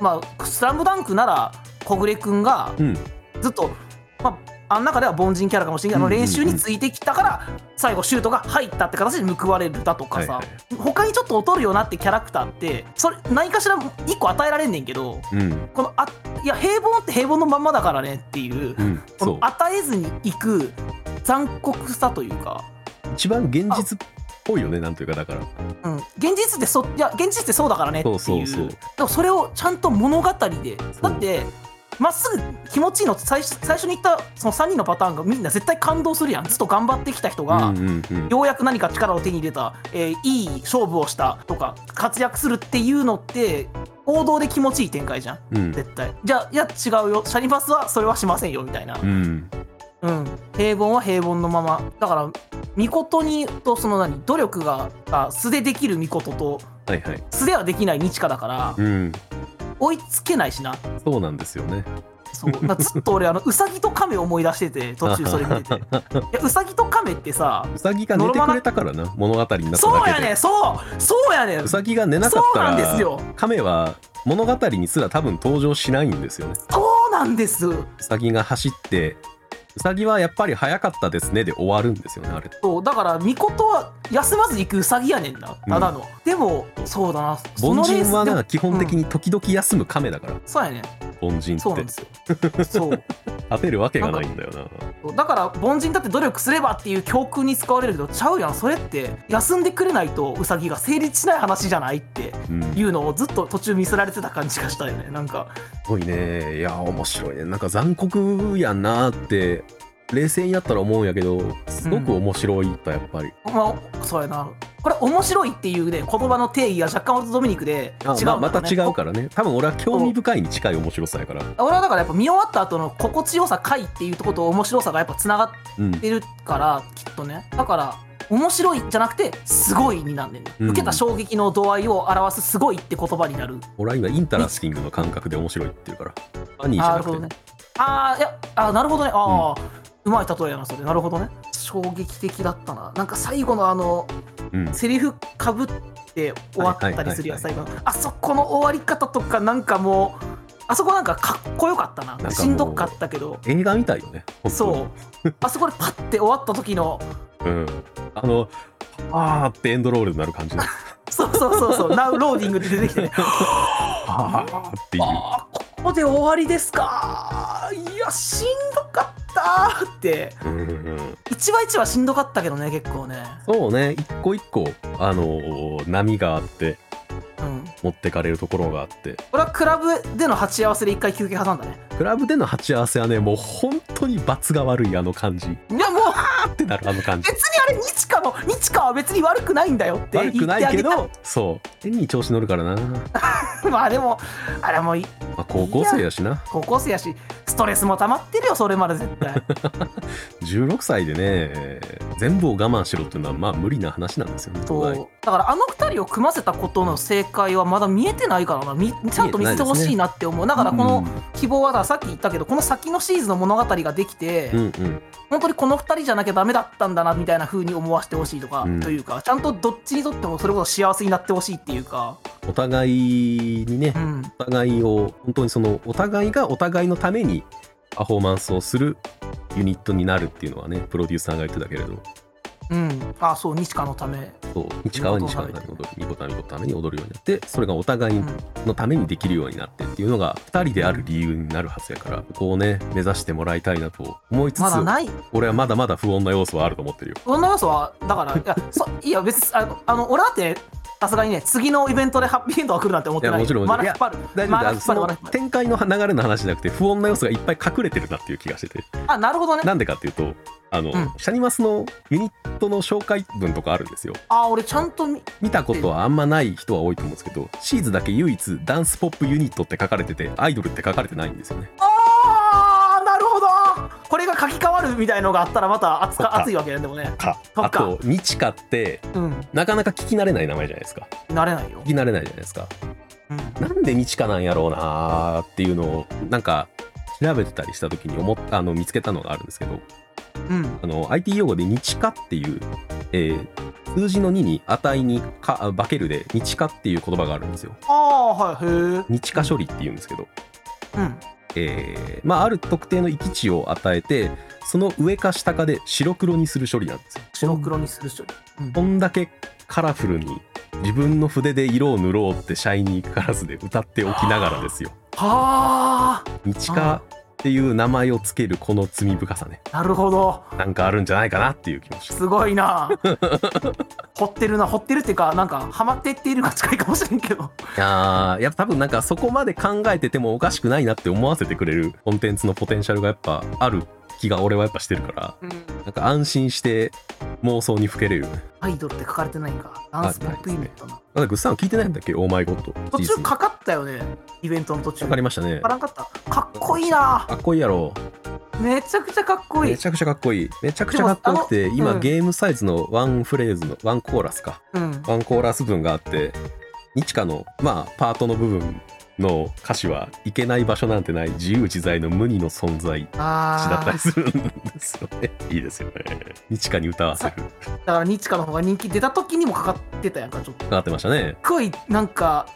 [SPEAKER 2] まあ「スラムダンクなら小暮君が
[SPEAKER 1] うん
[SPEAKER 2] ずっと、まああん中では凡人キャラかもしれないけど、
[SPEAKER 1] うんうんうん
[SPEAKER 2] 練習についてきたから最後シュートが入ったって形で報われるだとか
[SPEAKER 1] はい
[SPEAKER 2] さ、
[SPEAKER 1] はい
[SPEAKER 2] 他にちょっと劣るよなってキャラクターってそれ何かしら1個与えられんねんけど
[SPEAKER 1] うん
[SPEAKER 2] このあいや平凡って平凡のまんまだからねっていう
[SPEAKER 1] うん、
[SPEAKER 2] こ
[SPEAKER 1] そ
[SPEAKER 2] の
[SPEAKER 1] う
[SPEAKER 2] 与えずにいく残酷さというか。
[SPEAKER 1] 一番現実っぽいよねなんというかだから
[SPEAKER 2] うん、現実ってそいや現実ってそうだからねっていう
[SPEAKER 1] そうそうそう
[SPEAKER 2] でもそれをちゃんと物語でだってまっすぐ気持ちいいのって最初最初に言ったその3人のパターンがみんな絶対感動するやんずっと頑張ってきた人が、
[SPEAKER 1] うんうんうん
[SPEAKER 2] ようやく何か力を手に入れた、えーいい勝負をしたとか活躍するっていうのって王道で気持ちいい展開じゃん
[SPEAKER 1] うん
[SPEAKER 2] 絶対じゃあいや違うよシャリバスはそれはしませんよみたいな
[SPEAKER 1] うん
[SPEAKER 2] うん、平凡は平凡のままだから巫女にとその何努力があ素でできる巫女と
[SPEAKER 1] はいはい
[SPEAKER 2] 素ではできない日華だから
[SPEAKER 1] うん
[SPEAKER 2] 追いつけないしな
[SPEAKER 1] そうなんですよね
[SPEAKER 2] そうだからずっと俺あのウサギとカメを思い出して て途中それ見てていやウサギとカメってさ
[SPEAKER 1] うさぎが寝てくれたからな物語になった
[SPEAKER 2] そう
[SPEAKER 1] だ
[SPEAKER 2] や
[SPEAKER 1] け
[SPEAKER 2] ね
[SPEAKER 1] で
[SPEAKER 2] そうそうやね
[SPEAKER 1] う
[SPEAKER 2] そ
[SPEAKER 1] さぎが寝なかった
[SPEAKER 2] そうなんです
[SPEAKER 1] ら
[SPEAKER 2] よ
[SPEAKER 1] 亀は物語にすら多分登場しないんですよね
[SPEAKER 2] うなんです
[SPEAKER 1] ウサギが走ってウサギはやっぱり早かったですねで終わるんですよねあれ
[SPEAKER 2] そうだから巫女は休まず行くウサギやねんなただの、でもそうだなそ
[SPEAKER 1] 凡
[SPEAKER 2] のレー
[SPEAKER 1] 人
[SPEAKER 2] ス
[SPEAKER 1] は
[SPEAKER 2] で
[SPEAKER 1] な
[SPEAKER 2] も
[SPEAKER 1] 基本的に時々休む亀だから
[SPEAKER 2] そうやね
[SPEAKER 1] 凡人
[SPEAKER 2] そう
[SPEAKER 1] っ
[SPEAKER 2] なん
[SPEAKER 1] て
[SPEAKER 2] ですよそう
[SPEAKER 1] 当てるわけがないんだよな
[SPEAKER 2] だから凡人だって努力すればっていう教訓に使われるけどちゃうやんそれって休んでくれないとウサギが成立しない話じゃないって
[SPEAKER 1] うん
[SPEAKER 2] いうのをずっと途中見せられてた感じがしたよねなんか
[SPEAKER 1] すごいねいや面白いねなんか残酷やんなって冷静になったら思うんやけどすごく面白いとやっぱり、
[SPEAKER 2] まあそうやなこれ面白いっていうね言葉の定義が若干俺とドミニクで違
[SPEAKER 1] あ
[SPEAKER 2] うんだろう、ね、
[SPEAKER 1] まあまた違うからね多分俺は興味深いに近い面白さやから
[SPEAKER 2] 俺はだからやっぱ見終わった後の心地よさ回っていうとこと面白さがやっぱつながっ
[SPEAKER 1] うん
[SPEAKER 2] てるからきっとねだから面白いじゃなくてすごいになんねんね、
[SPEAKER 1] うん
[SPEAKER 2] 受けた衝撃の度合いを表すすごいって言葉になる
[SPEAKER 1] 俺は今インタラスティングの感覚で面白いっていうからファニーじ
[SPEAKER 2] あー
[SPEAKER 1] ゃな
[SPEAKER 2] なる
[SPEAKER 1] くて
[SPEAKER 2] ほど
[SPEAKER 1] ね
[SPEAKER 2] ね。ああ、いや、あーなるほどね。ああ、うまい例えやなそれなるほどね衝撃的だったななんか最後のあの
[SPEAKER 1] うん
[SPEAKER 2] セリフかぶって終わったりするやん
[SPEAKER 1] は
[SPEAKER 2] 最後のあそこの終わり方とかなんかもうあそこなんかかっこよかったな
[SPEAKER 1] かもう
[SPEAKER 2] しんどかったけど
[SPEAKER 1] 映画みたいよね本当に
[SPEAKER 2] そうあそこでパッて終わった時の
[SPEAKER 1] うん、あのあーってエンドロールになる感じの
[SPEAKER 2] そうそうそ うそうナウローディングで出てきてね
[SPEAKER 1] あーっていう
[SPEAKER 2] あーここで終わりですかいやしんどかったーって
[SPEAKER 1] うんうんうん、
[SPEAKER 2] 一話一話しんどかったけどね結構ね
[SPEAKER 1] そうね一個一個あのー波があって
[SPEAKER 2] うん
[SPEAKER 1] 持ってかれるところがあって
[SPEAKER 2] これはクラブでの鉢合わせで一回休憩挟んだね
[SPEAKER 1] クラブでの鉢合わせはねもう本当に罰が悪いあの感じ
[SPEAKER 2] いやもう
[SPEAKER 1] あってなるあの 感じ
[SPEAKER 2] 別にあれ日カの日カは別に悪くないんだよって言
[SPEAKER 1] 悪
[SPEAKER 2] って
[SPEAKER 1] くな
[SPEAKER 2] あ
[SPEAKER 1] いけ
[SPEAKER 2] げた
[SPEAKER 1] どそう変に調子乗るからな、ま
[SPEAKER 2] まあでもあれはもう
[SPEAKER 1] あ、高校生やしな
[SPEAKER 2] 高校生やしストレスも溜まってるよそれまで絶対
[SPEAKER 1] 16歳でね全部を我慢しろっていうのはまあ無理な話なんですよね
[SPEAKER 2] そ
[SPEAKER 1] 東大
[SPEAKER 2] うだからあの二人を組ませたことの正解はまだ見えてないからなみちゃんと見せてほしいなって思う、だからこの希望はだからさっき言ったけどこの先のシーズンの物語ができて、
[SPEAKER 1] うんうん
[SPEAKER 2] 本当にこの二人じゃなきゃダメだったんだなみたいな風に思わせてほしいとか、
[SPEAKER 1] うん
[SPEAKER 2] というかちゃんとどっちにとってもそれこそ幸せになってほしいっていうか
[SPEAKER 1] お互いにね、
[SPEAKER 2] うん
[SPEAKER 1] お互いを本当にそのお互いがお互いのためにパフォーマンスをするユニットになるっていうのはねプロデューサーが言ってたけれど
[SPEAKER 2] うんあそう西川のため
[SPEAKER 1] そう日川は西川のために踊るニコタミコのために踊るようになってそれがお互いのためにできるようになってっていうのが2人である理由になるはずやからここをね目指してもらいたいなと思いつつ
[SPEAKER 2] まだない
[SPEAKER 1] 俺はまだまだ不穏な要素はあると思ってるよ。
[SPEAKER 2] 女要素はだ からいやそいや別にあのあの俺だってさすがにね次のイベントでハッピーエンドが来るなんて思ってない
[SPEAKER 1] いやもちろんも
[SPEAKER 2] ま
[SPEAKER 1] ちろん
[SPEAKER 2] だ引っ張る
[SPEAKER 1] 大丈
[SPEAKER 2] ま
[SPEAKER 1] 夫
[SPEAKER 2] だ
[SPEAKER 1] だ
[SPEAKER 2] 引っ
[SPEAKER 1] そ
[SPEAKER 2] 張る
[SPEAKER 1] の
[SPEAKER 2] まだ引っ張る
[SPEAKER 1] 展開の流れの話じゃなくて不穏な要素がいっぱい隠れてるなっていう気がしてて
[SPEAKER 2] あなるほどね
[SPEAKER 1] なんでかっていうとあの、
[SPEAKER 2] うん
[SPEAKER 1] シャニマスのユニットの紹介文とかあるんですよ
[SPEAKER 2] あ俺ちゃんと見
[SPEAKER 1] 見たことはあんまない人は多いと思うんですけどシーズだけ唯一ダンスポップユニットって書かれててアイドルって書かれてないんですよね
[SPEAKER 2] あーなるほどこれが書き換わるみたいのがあったらまた熱
[SPEAKER 1] そっ
[SPEAKER 2] か
[SPEAKER 1] か
[SPEAKER 2] 熱いわけねでもね
[SPEAKER 1] か
[SPEAKER 2] そっ
[SPEAKER 1] あ
[SPEAKER 2] か
[SPEAKER 1] とニチカって
[SPEAKER 2] うん
[SPEAKER 1] なかなか聞き慣れない名前じゃないですか
[SPEAKER 2] なれないよ
[SPEAKER 1] 聞、き慣れないじゃないですか
[SPEAKER 2] うん、
[SPEAKER 1] なんでニチカなんやろうなーっていうのをなんか調べてたりした時に思っあの見つけたのがあるんですけど
[SPEAKER 2] うん
[SPEAKER 1] あの IT 用語でニチカっていう、えー数字の2に値にかあ化けるでニチカっていう言葉があるんですよ
[SPEAKER 2] ああはいへえ
[SPEAKER 1] ニチカ処理っていうんですけど
[SPEAKER 2] うん
[SPEAKER 1] えーまあ、ある特定の域値を与えてその上か下かで白黒にする処理なんですよ。
[SPEAKER 2] 白黒にする人うん
[SPEAKER 1] こんだけカラフルに自分の筆で色を塗ろうってシャイニーカラスで歌っておきながらですよ。
[SPEAKER 2] はあ
[SPEAKER 1] 日カっていう名前をつけるこの罪深さね
[SPEAKER 2] なるほど
[SPEAKER 1] なんかあるんじゃないかなっていう気もします
[SPEAKER 2] すご いな掘ってるな掘ってるっていうかなんかハマってっているが近いかもしれんけど
[SPEAKER 1] いやーやっぱ多分なんかそこまで考えててもおかしくないなって思わせてくれるコンテンツのポテンシャルがやっぱある気が俺はやっぱしてるからなんか安心して妄想にふけれるよね。
[SPEAKER 2] アイドルって書かれてないんかダンスポップイベントな
[SPEAKER 1] あ、グッサン聞いてないんだっけオーマイゴッド。
[SPEAKER 2] 途
[SPEAKER 1] シーズ
[SPEAKER 2] 中
[SPEAKER 1] ン
[SPEAKER 2] かかったよねイベントの途中
[SPEAKER 1] かかりましたね
[SPEAKER 2] か。らんかったかっこいいな
[SPEAKER 1] かっこいいやろ。
[SPEAKER 2] めちゃくちゃかっこい
[SPEAKER 1] め
[SPEAKER 2] い
[SPEAKER 1] ちゃくちゃかっこいい。めちゃくちゃかっこよくて、
[SPEAKER 2] でもあの
[SPEAKER 1] 今、
[SPEAKER 2] うん
[SPEAKER 1] ゲームサイズのワンフレーズの、ワンコーラスか。
[SPEAKER 2] うん
[SPEAKER 1] ワンコーラス分があって、日カの、まあ、パートの部分の歌詞は、いけない場所なんてない自由自在の無二の存在。だ
[SPEAKER 2] あ
[SPEAKER 1] ったり
[SPEAKER 2] ー
[SPEAKER 1] するんですよね。 いいですよね。日カに歌わせる。か
[SPEAKER 2] だからニチカの方が人気出た時にもかかってたやんかちょっとす
[SPEAKER 1] かってましたね。
[SPEAKER 2] っごいなんか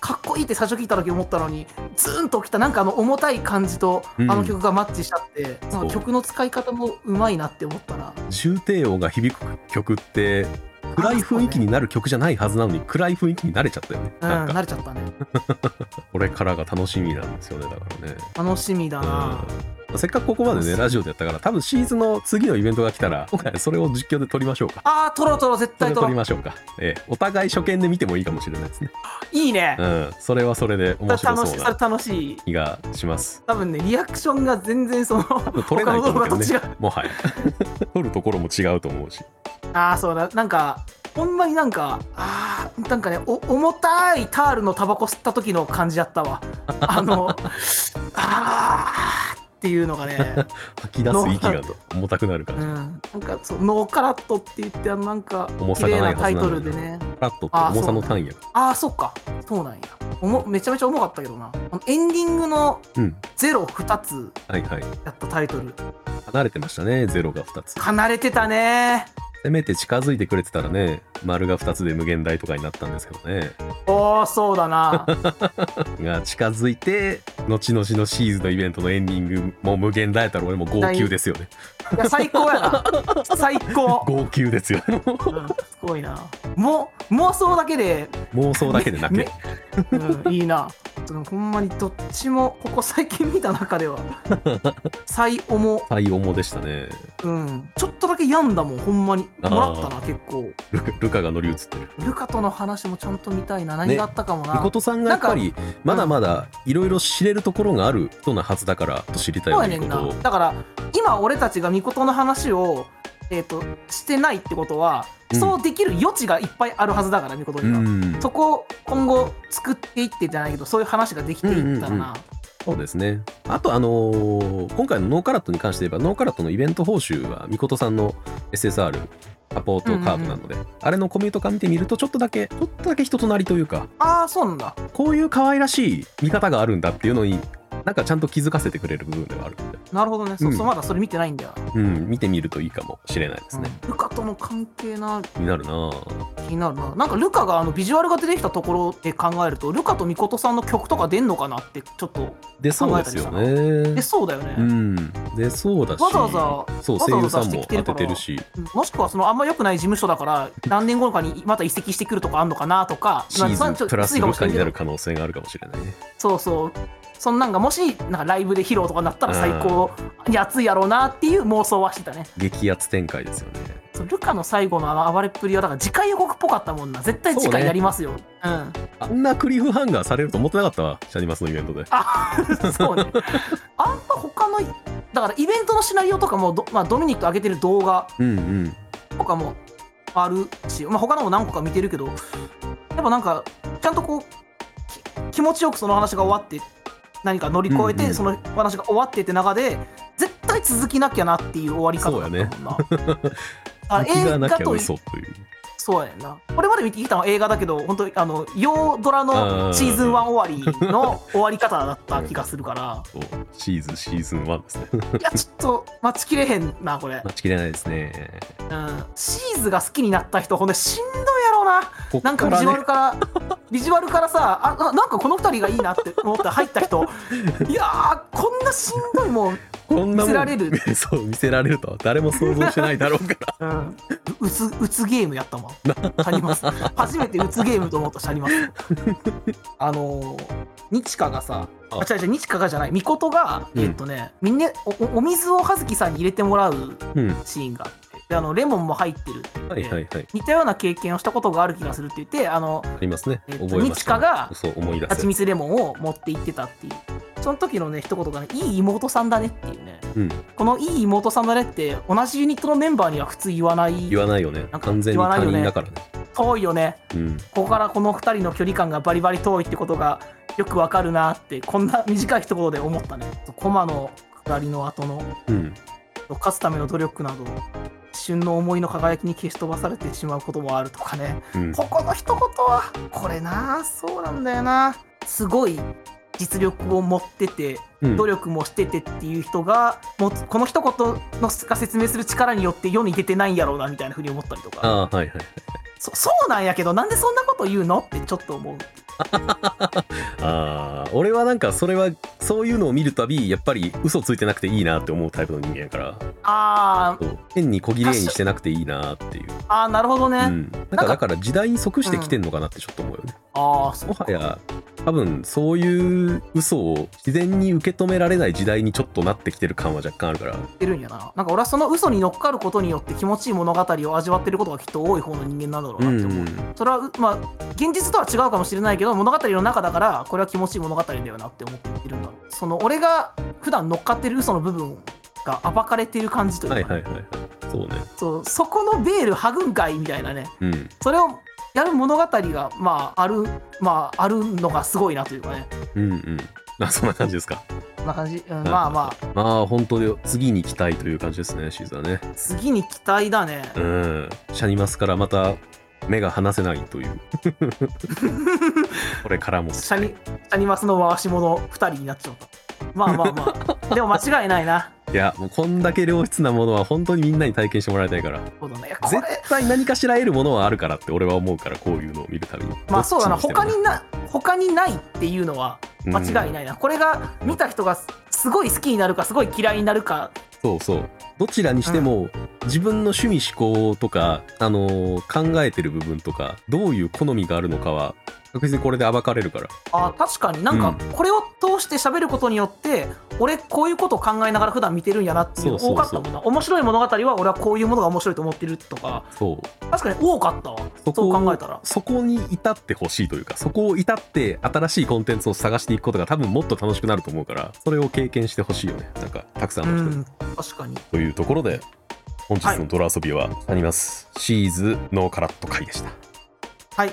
[SPEAKER 2] かっこいいって最初聞いた時思ったのにズーンときたなんかあの重たい感じとあ
[SPEAKER 1] うん
[SPEAKER 2] の曲がマッチしちゃって、なん
[SPEAKER 1] そう
[SPEAKER 2] か曲の使い方もうまいなって思ったな
[SPEAKER 1] 重低音が響く曲って、暗い雰囲気になる曲じゃないはずなのに、暗い雰囲気になれちゃったよね。
[SPEAKER 2] うん
[SPEAKER 1] なんか
[SPEAKER 2] 慣れちゃったね
[SPEAKER 1] これからが楽しみなんですよねだからね、
[SPEAKER 2] 楽しみだな、
[SPEAKER 1] うん、せっかくここまでねラジオでやったから多分シーズンの次のイベントが来たら今回それを実況で撮りましょうか
[SPEAKER 2] ああトロトロ絶
[SPEAKER 1] それ撮
[SPEAKER 2] 対ト
[SPEAKER 1] り
[SPEAKER 2] ロ
[SPEAKER 1] ましょうか、ええ、お互い初見で見てもいいかもしれないですね
[SPEAKER 2] いいね、
[SPEAKER 1] うんそれはそれで面
[SPEAKER 2] それ
[SPEAKER 1] 白
[SPEAKER 2] 楽
[SPEAKER 1] そ
[SPEAKER 2] し
[SPEAKER 1] う
[SPEAKER 2] いそれ
[SPEAKER 1] な
[SPEAKER 2] 楽しい
[SPEAKER 1] 気がします
[SPEAKER 2] 多分ねリアクションが全然その
[SPEAKER 1] 多分撮れないと思うけどね
[SPEAKER 2] 他の動画と
[SPEAKER 1] も はや撮るところも違うと思うし
[SPEAKER 2] ああそうだなんかほんまになんかああなんかねお重たいタールのタバコ吸った時の感じだっ たわあのああっていうの がね、
[SPEAKER 1] 吐き出す息が重たくなるか
[SPEAKER 2] うん、
[SPEAKER 1] ら、
[SPEAKER 2] なんかそうノーカラットって言ってあのなんか
[SPEAKER 1] 重
[SPEAKER 2] 綺
[SPEAKER 1] さが
[SPEAKER 2] 麗
[SPEAKER 1] ないはず
[SPEAKER 2] なタ
[SPEAKER 1] な
[SPEAKER 2] イト
[SPEAKER 1] の
[SPEAKER 2] ル
[SPEAKER 1] に
[SPEAKER 2] でね
[SPEAKER 1] カラットって重さの単位やか
[SPEAKER 2] ああそっかそうなんやおもめちゃめちゃ重かったけどなあのエンディングの
[SPEAKER 1] らうん
[SPEAKER 2] 「ゼロ2つ
[SPEAKER 1] はいはい
[SPEAKER 2] やったタイトル
[SPEAKER 1] あ離れてましたねゼロが2つ
[SPEAKER 2] 離れてたね
[SPEAKER 1] せめて近づいてくれてたらね丸が2つで無限大とかになったんですけどね
[SPEAKER 2] おおそうだな
[SPEAKER 1] が近づいて後々のシーズンのイベントのエンディングも無限大やったら俺もう号泣ですよね
[SPEAKER 2] いや最高や な最高、
[SPEAKER 1] 号泣です よね
[SPEAKER 2] うんすごいなも妄想だけで、
[SPEAKER 1] 妄想だけで泣け
[SPEAKER 2] ねうん、いいなそのほんまにどっちもここ最近見た中では最重
[SPEAKER 1] 最重でしたね
[SPEAKER 2] うん、ちょっとだけ病んだもん、ほんまに。も
[SPEAKER 1] あー
[SPEAKER 2] らったな、結構。
[SPEAKER 1] ルカルカが乗り移ってる
[SPEAKER 2] ルカとの話もちゃんと見たいな、何
[SPEAKER 1] ね
[SPEAKER 2] があったかもな。
[SPEAKER 1] みことさんがやっぱりまだまだいろいろ知れるところがある人なはずだから知りたい
[SPEAKER 2] そ
[SPEAKER 1] よ
[SPEAKER 2] うや
[SPEAKER 1] ね
[SPEAKER 2] ね
[SPEAKER 1] みこ
[SPEAKER 2] ん
[SPEAKER 1] と
[SPEAKER 2] な
[SPEAKER 1] を。
[SPEAKER 2] だから、今俺たちがミコトの話を、えー、としてないってことは、
[SPEAKER 1] うん
[SPEAKER 2] そうできる余地がいっぱいあるはずだから、ミコト
[SPEAKER 1] う
[SPEAKER 2] には。
[SPEAKER 1] ん
[SPEAKER 2] そこを今後作っていってじゃないけど、そういう話ができていったらな。
[SPEAKER 1] そうですねあとあのー今回のノーカラットに関して言えばノーカラットのイベント報酬はみことさんの SSR サポートカードなので、あれのコミュート化見てみるとちょっとだけちょっとだけ人となりというか
[SPEAKER 2] ああ、そうなんだ。
[SPEAKER 1] こういう可愛らしい見方があるんだっていうのになんかちゃんと気づかせてくれる部分ではあるので、
[SPEAKER 2] なるほどね。そう
[SPEAKER 1] うん
[SPEAKER 2] そうまだそれ見てないんだよ。
[SPEAKER 1] うん、見てみるといいかもしれないですね、
[SPEAKER 2] うんルカとの関係な
[SPEAKER 1] 気になるなぁ
[SPEAKER 2] 気になるななんかルカがあのビジュアルが出てきたところで考えるとルカとミコトさんの曲とか出んのかなってちょっと
[SPEAKER 1] 出そうですよね
[SPEAKER 2] 出そうだよね、
[SPEAKER 1] うん、出そうだし
[SPEAKER 2] わざわざ
[SPEAKER 1] そう
[SPEAKER 2] わざ
[SPEAKER 1] 声
[SPEAKER 2] わ
[SPEAKER 1] 優
[SPEAKER 2] ざ
[SPEAKER 1] さんも当ててるし
[SPEAKER 2] もしくはそのあんま良くない事務所だから何年後かにまた移籍してくるとかあんのかなとか
[SPEAKER 1] シ
[SPEAKER 2] まあ
[SPEAKER 1] ー
[SPEAKER 2] ち
[SPEAKER 1] ズ
[SPEAKER 2] ょ
[SPEAKER 1] ン
[SPEAKER 2] っと
[SPEAKER 1] プラス
[SPEAKER 2] きつい
[SPEAKER 1] ル
[SPEAKER 2] かもし
[SPEAKER 1] カ
[SPEAKER 2] れん
[SPEAKER 1] に
[SPEAKER 2] け
[SPEAKER 1] な
[SPEAKER 2] ど
[SPEAKER 1] る可能性があるかもしれないね
[SPEAKER 2] そうそうそんなんがもしなんかライブで披露とかなったら最高に熱いやろうなっていう妄想はしてたね
[SPEAKER 1] 激アツ展開ですよね
[SPEAKER 2] そのルカの最後のあの暴れっぷりはだから次回予告っぽかったもんな絶対次
[SPEAKER 1] そう
[SPEAKER 2] 回
[SPEAKER 1] ね
[SPEAKER 2] やりますよう,、ん
[SPEAKER 1] あんなクリフハンガーされると思ってなかったわシャニマスのイベントで
[SPEAKER 2] あそうねあんま他のだからイベントのシナリオとかもど、まあ、ドミニクと上げてる動画
[SPEAKER 1] うんうん
[SPEAKER 2] とかもあるし、まあ、他のも何個か見てるけどやっぱなんかちゃんとこうき気持ちよくその話が終わって何か乗り越え
[SPEAKER 1] うんう
[SPEAKER 2] て
[SPEAKER 1] ん
[SPEAKER 2] その話が終わってって中で絶対続きなきゃなっていう終わり方だったもんな。 あ
[SPEAKER 1] 気が
[SPEAKER 2] 映
[SPEAKER 1] な
[SPEAKER 2] 画
[SPEAKER 1] きゃ
[SPEAKER 2] と
[SPEAKER 1] 嘘という
[SPEAKER 2] そうやねんなこれまで見てきたのは映画だけど本当にあの洋ドラ
[SPEAKER 1] あー
[SPEAKER 2] のシーズン1終わりの終わり方だった気がするから
[SPEAKER 1] そうシーズンシーズン1ですね
[SPEAKER 2] いやちょっと待ちきれへんなこれ、
[SPEAKER 1] 待ちきれないですね
[SPEAKER 2] うん、シーズが好きになった人ほんでしんどいやろうな
[SPEAKER 1] こっ
[SPEAKER 2] なんか
[SPEAKER 1] か
[SPEAKER 2] ビ
[SPEAKER 1] ら
[SPEAKER 2] ジュア
[SPEAKER 1] ね
[SPEAKER 2] ルから、ビジュアルからさ、ああなんかこの二人がいいなって思って入った人、いやー、こんなしんどいもん、
[SPEAKER 1] こんなもん
[SPEAKER 2] 見せられる
[SPEAKER 1] そう見せられるとは誰も想像してないだろうから
[SPEAKER 2] うん、うつうつゲームやったもん、シャニマ ス。初めてうつゲームと思った、シャニマス。あのー、日華がさ、あ、違う違う、日華がじゃない、ミコトが、
[SPEAKER 1] うん
[SPEAKER 2] えっとね、みんなおおお水を葉月さんに入れてもらう
[SPEAKER 1] うん
[SPEAKER 2] シーンがあって、であのレモンも入ってるって言っ
[SPEAKER 1] はい
[SPEAKER 2] て、
[SPEAKER 1] はいはい
[SPEAKER 2] 似たような経験をしたことがある気がするって言って、あの、
[SPEAKER 1] ありますね
[SPEAKER 2] えっと
[SPEAKER 1] 覚えま
[SPEAKER 2] 日
[SPEAKER 1] した
[SPEAKER 2] 華が
[SPEAKER 1] そう思い出
[SPEAKER 2] 蜂
[SPEAKER 1] せ
[SPEAKER 2] 蜜レモンを持って行ってたっていうその時のね一言がねいい妹さんだねっていうね
[SPEAKER 1] うん
[SPEAKER 2] このいい妹さんだねって同じユニットのメンバーには普通言わない
[SPEAKER 1] 言わないよね
[SPEAKER 2] なんか
[SPEAKER 1] 完全に他人だからね
[SPEAKER 2] 遠いよね
[SPEAKER 1] うん
[SPEAKER 2] ここからこの2人の距離感がバリバリ遠いってことがよくわかるなってこんな短い一言で思ったねコマの下りの後の
[SPEAKER 1] うん
[SPEAKER 2] 勝つための努力など旬の思いの輝きに消し飛ばされてしまうこともあるとかね
[SPEAKER 1] うん
[SPEAKER 2] ここの一言はこれなそうなんだよなすごい実力を持ってて
[SPEAKER 1] うん
[SPEAKER 2] 努力もしててっていう人がもうこの一言のが説明する力によって世に出てないんやろうなみたいなふうに思ったりとか
[SPEAKER 1] ああはいはい
[SPEAKER 2] そそうなんやけどなんでそんなこと言うのってちょっと思う
[SPEAKER 1] ああ俺はなんかそれはそういうのを見るたびやっぱり嘘ついてなくていいなって思うタイプの人間やから
[SPEAKER 2] あー
[SPEAKER 1] そう変に小綺麗にしてなくていいなっていう、
[SPEAKER 2] あーなるほどね、
[SPEAKER 1] うん、なんかだから時代に即してきてんのかなってちょっと思うよね、
[SPEAKER 2] ああそ
[SPEAKER 1] も
[SPEAKER 2] う
[SPEAKER 1] はや多分そういう嘘を自然に受け止められない時代にちょっとなってきてる感は若干あるから
[SPEAKER 2] ってるんやななんか俺はその嘘に乗っかることによって気持ちいい物語を味わってることがきっと多い方の人間なんだろうなって思う、それはうまあ現実とは違うかもしれないけど物語の中だからこれは気持ちいい物語だよなって思っているんだろうその俺が普段乗っかってる嘘の部分が暴かれている感じというか、
[SPEAKER 1] はいはいはいはいそうね
[SPEAKER 2] そうそこのベールはぐんかいみたいなね
[SPEAKER 1] うん
[SPEAKER 2] それをやる物語がまああるまああるのがすごいなというかね
[SPEAKER 1] うんうん あそんな感じですか
[SPEAKER 2] こんな感じ、うん、まあまあ
[SPEAKER 1] まあ本当で次に期待という感じですねシーズンはね
[SPEAKER 2] 次に期待だね
[SPEAKER 1] うんシャニマスからまた目が離せないという これからも
[SPEAKER 2] シャニシャニマスの回し者2人になっちゃったまあまあまあでも間違いないな
[SPEAKER 1] いやもうこんだけ良質なものは本当にみんなに体験してもらいたいから
[SPEAKER 2] そうだねいやこれ
[SPEAKER 1] 絶対何かしら得るものはあるからって俺は思うからこういうのを見るたびに
[SPEAKER 2] まあそうだな
[SPEAKER 1] どっちしても
[SPEAKER 2] 他にな他にないっていうのは間違いないな、これが見た人がすごい好きになるかすごい嫌いになるか
[SPEAKER 1] そうそうどちらにしても、自分の趣味思考とか、あのー考えてる部分とかどういう好みがあるのかは確実にこれで暴かれるから
[SPEAKER 2] あー確かになんかこれを通して喋ることによって、俺こういうことを考えながら普段見てるんやなっていうの
[SPEAKER 1] そう
[SPEAKER 2] 多
[SPEAKER 1] そ
[SPEAKER 2] か
[SPEAKER 1] うそ
[SPEAKER 2] った
[SPEAKER 1] う
[SPEAKER 2] もんな面白い物語は俺はこういうものが面白いと思ってるとか
[SPEAKER 1] そう
[SPEAKER 2] 確かに多かったわ
[SPEAKER 1] そ
[SPEAKER 2] そ
[SPEAKER 1] こ
[SPEAKER 2] う
[SPEAKER 1] を
[SPEAKER 2] 考えたら
[SPEAKER 1] そこに至ってほしいというかそこを至って新しいコンテンツを探していくことが多分もっと楽しくなると思うからそれを経験してほしいよねなんかたくさ
[SPEAKER 2] うん
[SPEAKER 1] の人に
[SPEAKER 2] ん確かに
[SPEAKER 1] というところで本日の泥遊びはアニマスシーズノーカラット会でした。
[SPEAKER 2] はい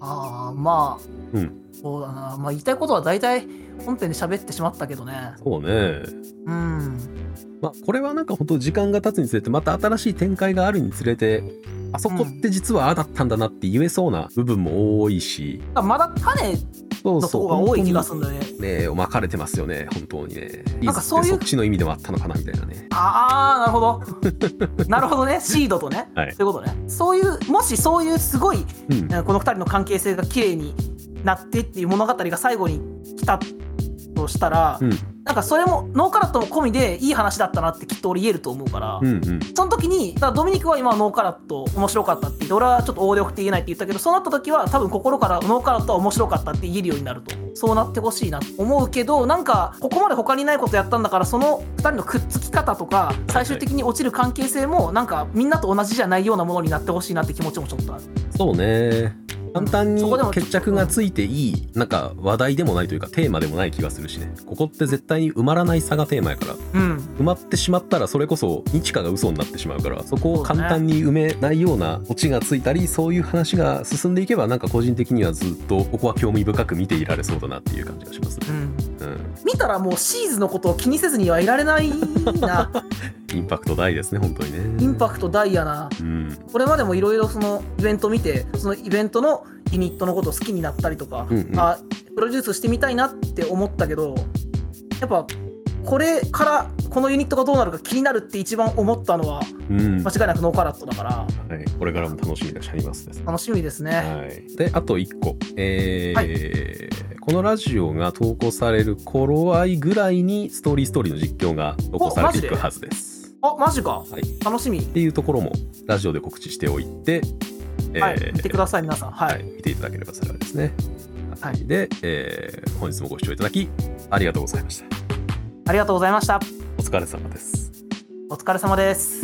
[SPEAKER 2] ああまあ
[SPEAKER 1] うん、
[SPEAKER 2] そうだなまあ言いたいことは大体本編で喋ってしまったけどね
[SPEAKER 1] そうね
[SPEAKER 2] うん
[SPEAKER 1] まあ、これはなんか本当時間が経つにつれてまた新しい展開があるにつれてあそこって実はああだったんだなって言えそうな部分も多いし、
[SPEAKER 2] だからまだ種
[SPEAKER 1] そう
[SPEAKER 2] のと
[SPEAKER 1] そう
[SPEAKER 2] こが多い気がするんだよね
[SPEAKER 1] ね巻かれてますよね本当にね
[SPEAKER 2] なんかそういう
[SPEAKER 1] シーズってそっちの意味でもあったのかなみたいなね
[SPEAKER 2] ああなるほ どなるほどねシードとね、
[SPEAKER 1] はい
[SPEAKER 2] そういうことねそういうもしそういうすごい
[SPEAKER 1] うん
[SPEAKER 2] えーこの2人の関係性が綺麗になってっていう物語が最後に来たとしたら、
[SPEAKER 1] うん
[SPEAKER 2] なんかそれもノーカラットも込みでいい話だったなってきっと俺言えると思うから、
[SPEAKER 1] うんうん
[SPEAKER 2] その時にだからドミニクは今はノーカラット面白かったって言って俺はちょっと大力って言えないって言ったけどそうなった時は多分心からノーカラットは面白かったって言えるようになるとそうなってほしいなと思うけどなんかここまで他にないことやったんだからその2人のくっつき方とか最終的に落ちる関係性もなんかみんなと同じじゃないようなものになってほしいなって気持ちもちょっとある。
[SPEAKER 1] そうね簡単に
[SPEAKER 2] そこでも
[SPEAKER 1] 決着がついていいなんか話題でもないというかテーマでもない気がするしねここって絶対に埋まらない差がテーマやから
[SPEAKER 2] うん
[SPEAKER 1] 埋まってしまったらそれこそ日華が嘘になってしまうからそこを簡単に埋めないようなオチがついたりそういう話が進んでいけばなんか個人的にはずっとここは興味深く見ていられそうだなっていう感じがしますね
[SPEAKER 2] う、ん
[SPEAKER 1] うん、
[SPEAKER 2] 見たらもうシーズのことを気にせずにはいられないな
[SPEAKER 1] インパクト大ですね本当にね
[SPEAKER 2] インパクトダイヤな
[SPEAKER 1] うん
[SPEAKER 2] これまでもいろいろそのイベント見てそのイベントのユニットのことを好きになったりとか、
[SPEAKER 1] うんうん
[SPEAKER 2] あプロデュースしてみたいなって思ったけどやっぱこれからこのユニットがどうなるか気になるって一番思ったのは
[SPEAKER 1] うん
[SPEAKER 2] 間
[SPEAKER 1] は
[SPEAKER 2] 違いなくノーカラットだから
[SPEAKER 1] い、これからも楽しみなシャイマスです
[SPEAKER 2] 楽しみですね。
[SPEAKER 1] はい、であと1個、えーこのラジオが投稿される頃合いぐらいにストーリーストーリーの実況が投稿されていく
[SPEAKER 2] おマジで
[SPEAKER 1] はずです。
[SPEAKER 2] あマジか
[SPEAKER 1] はい、っ
[SPEAKER 2] 楽しみ、
[SPEAKER 1] ていうところもラジオで告知しておいて、えー
[SPEAKER 2] はい見てください皆さんは、
[SPEAKER 1] はいい見ていただければ幸いですね。
[SPEAKER 2] は
[SPEAKER 1] は
[SPEAKER 2] い
[SPEAKER 1] い、で、えー本日もご視聴いただきありがとうございました。
[SPEAKER 2] ありがとうございました
[SPEAKER 1] お疲れ様です。
[SPEAKER 2] お疲れ様です。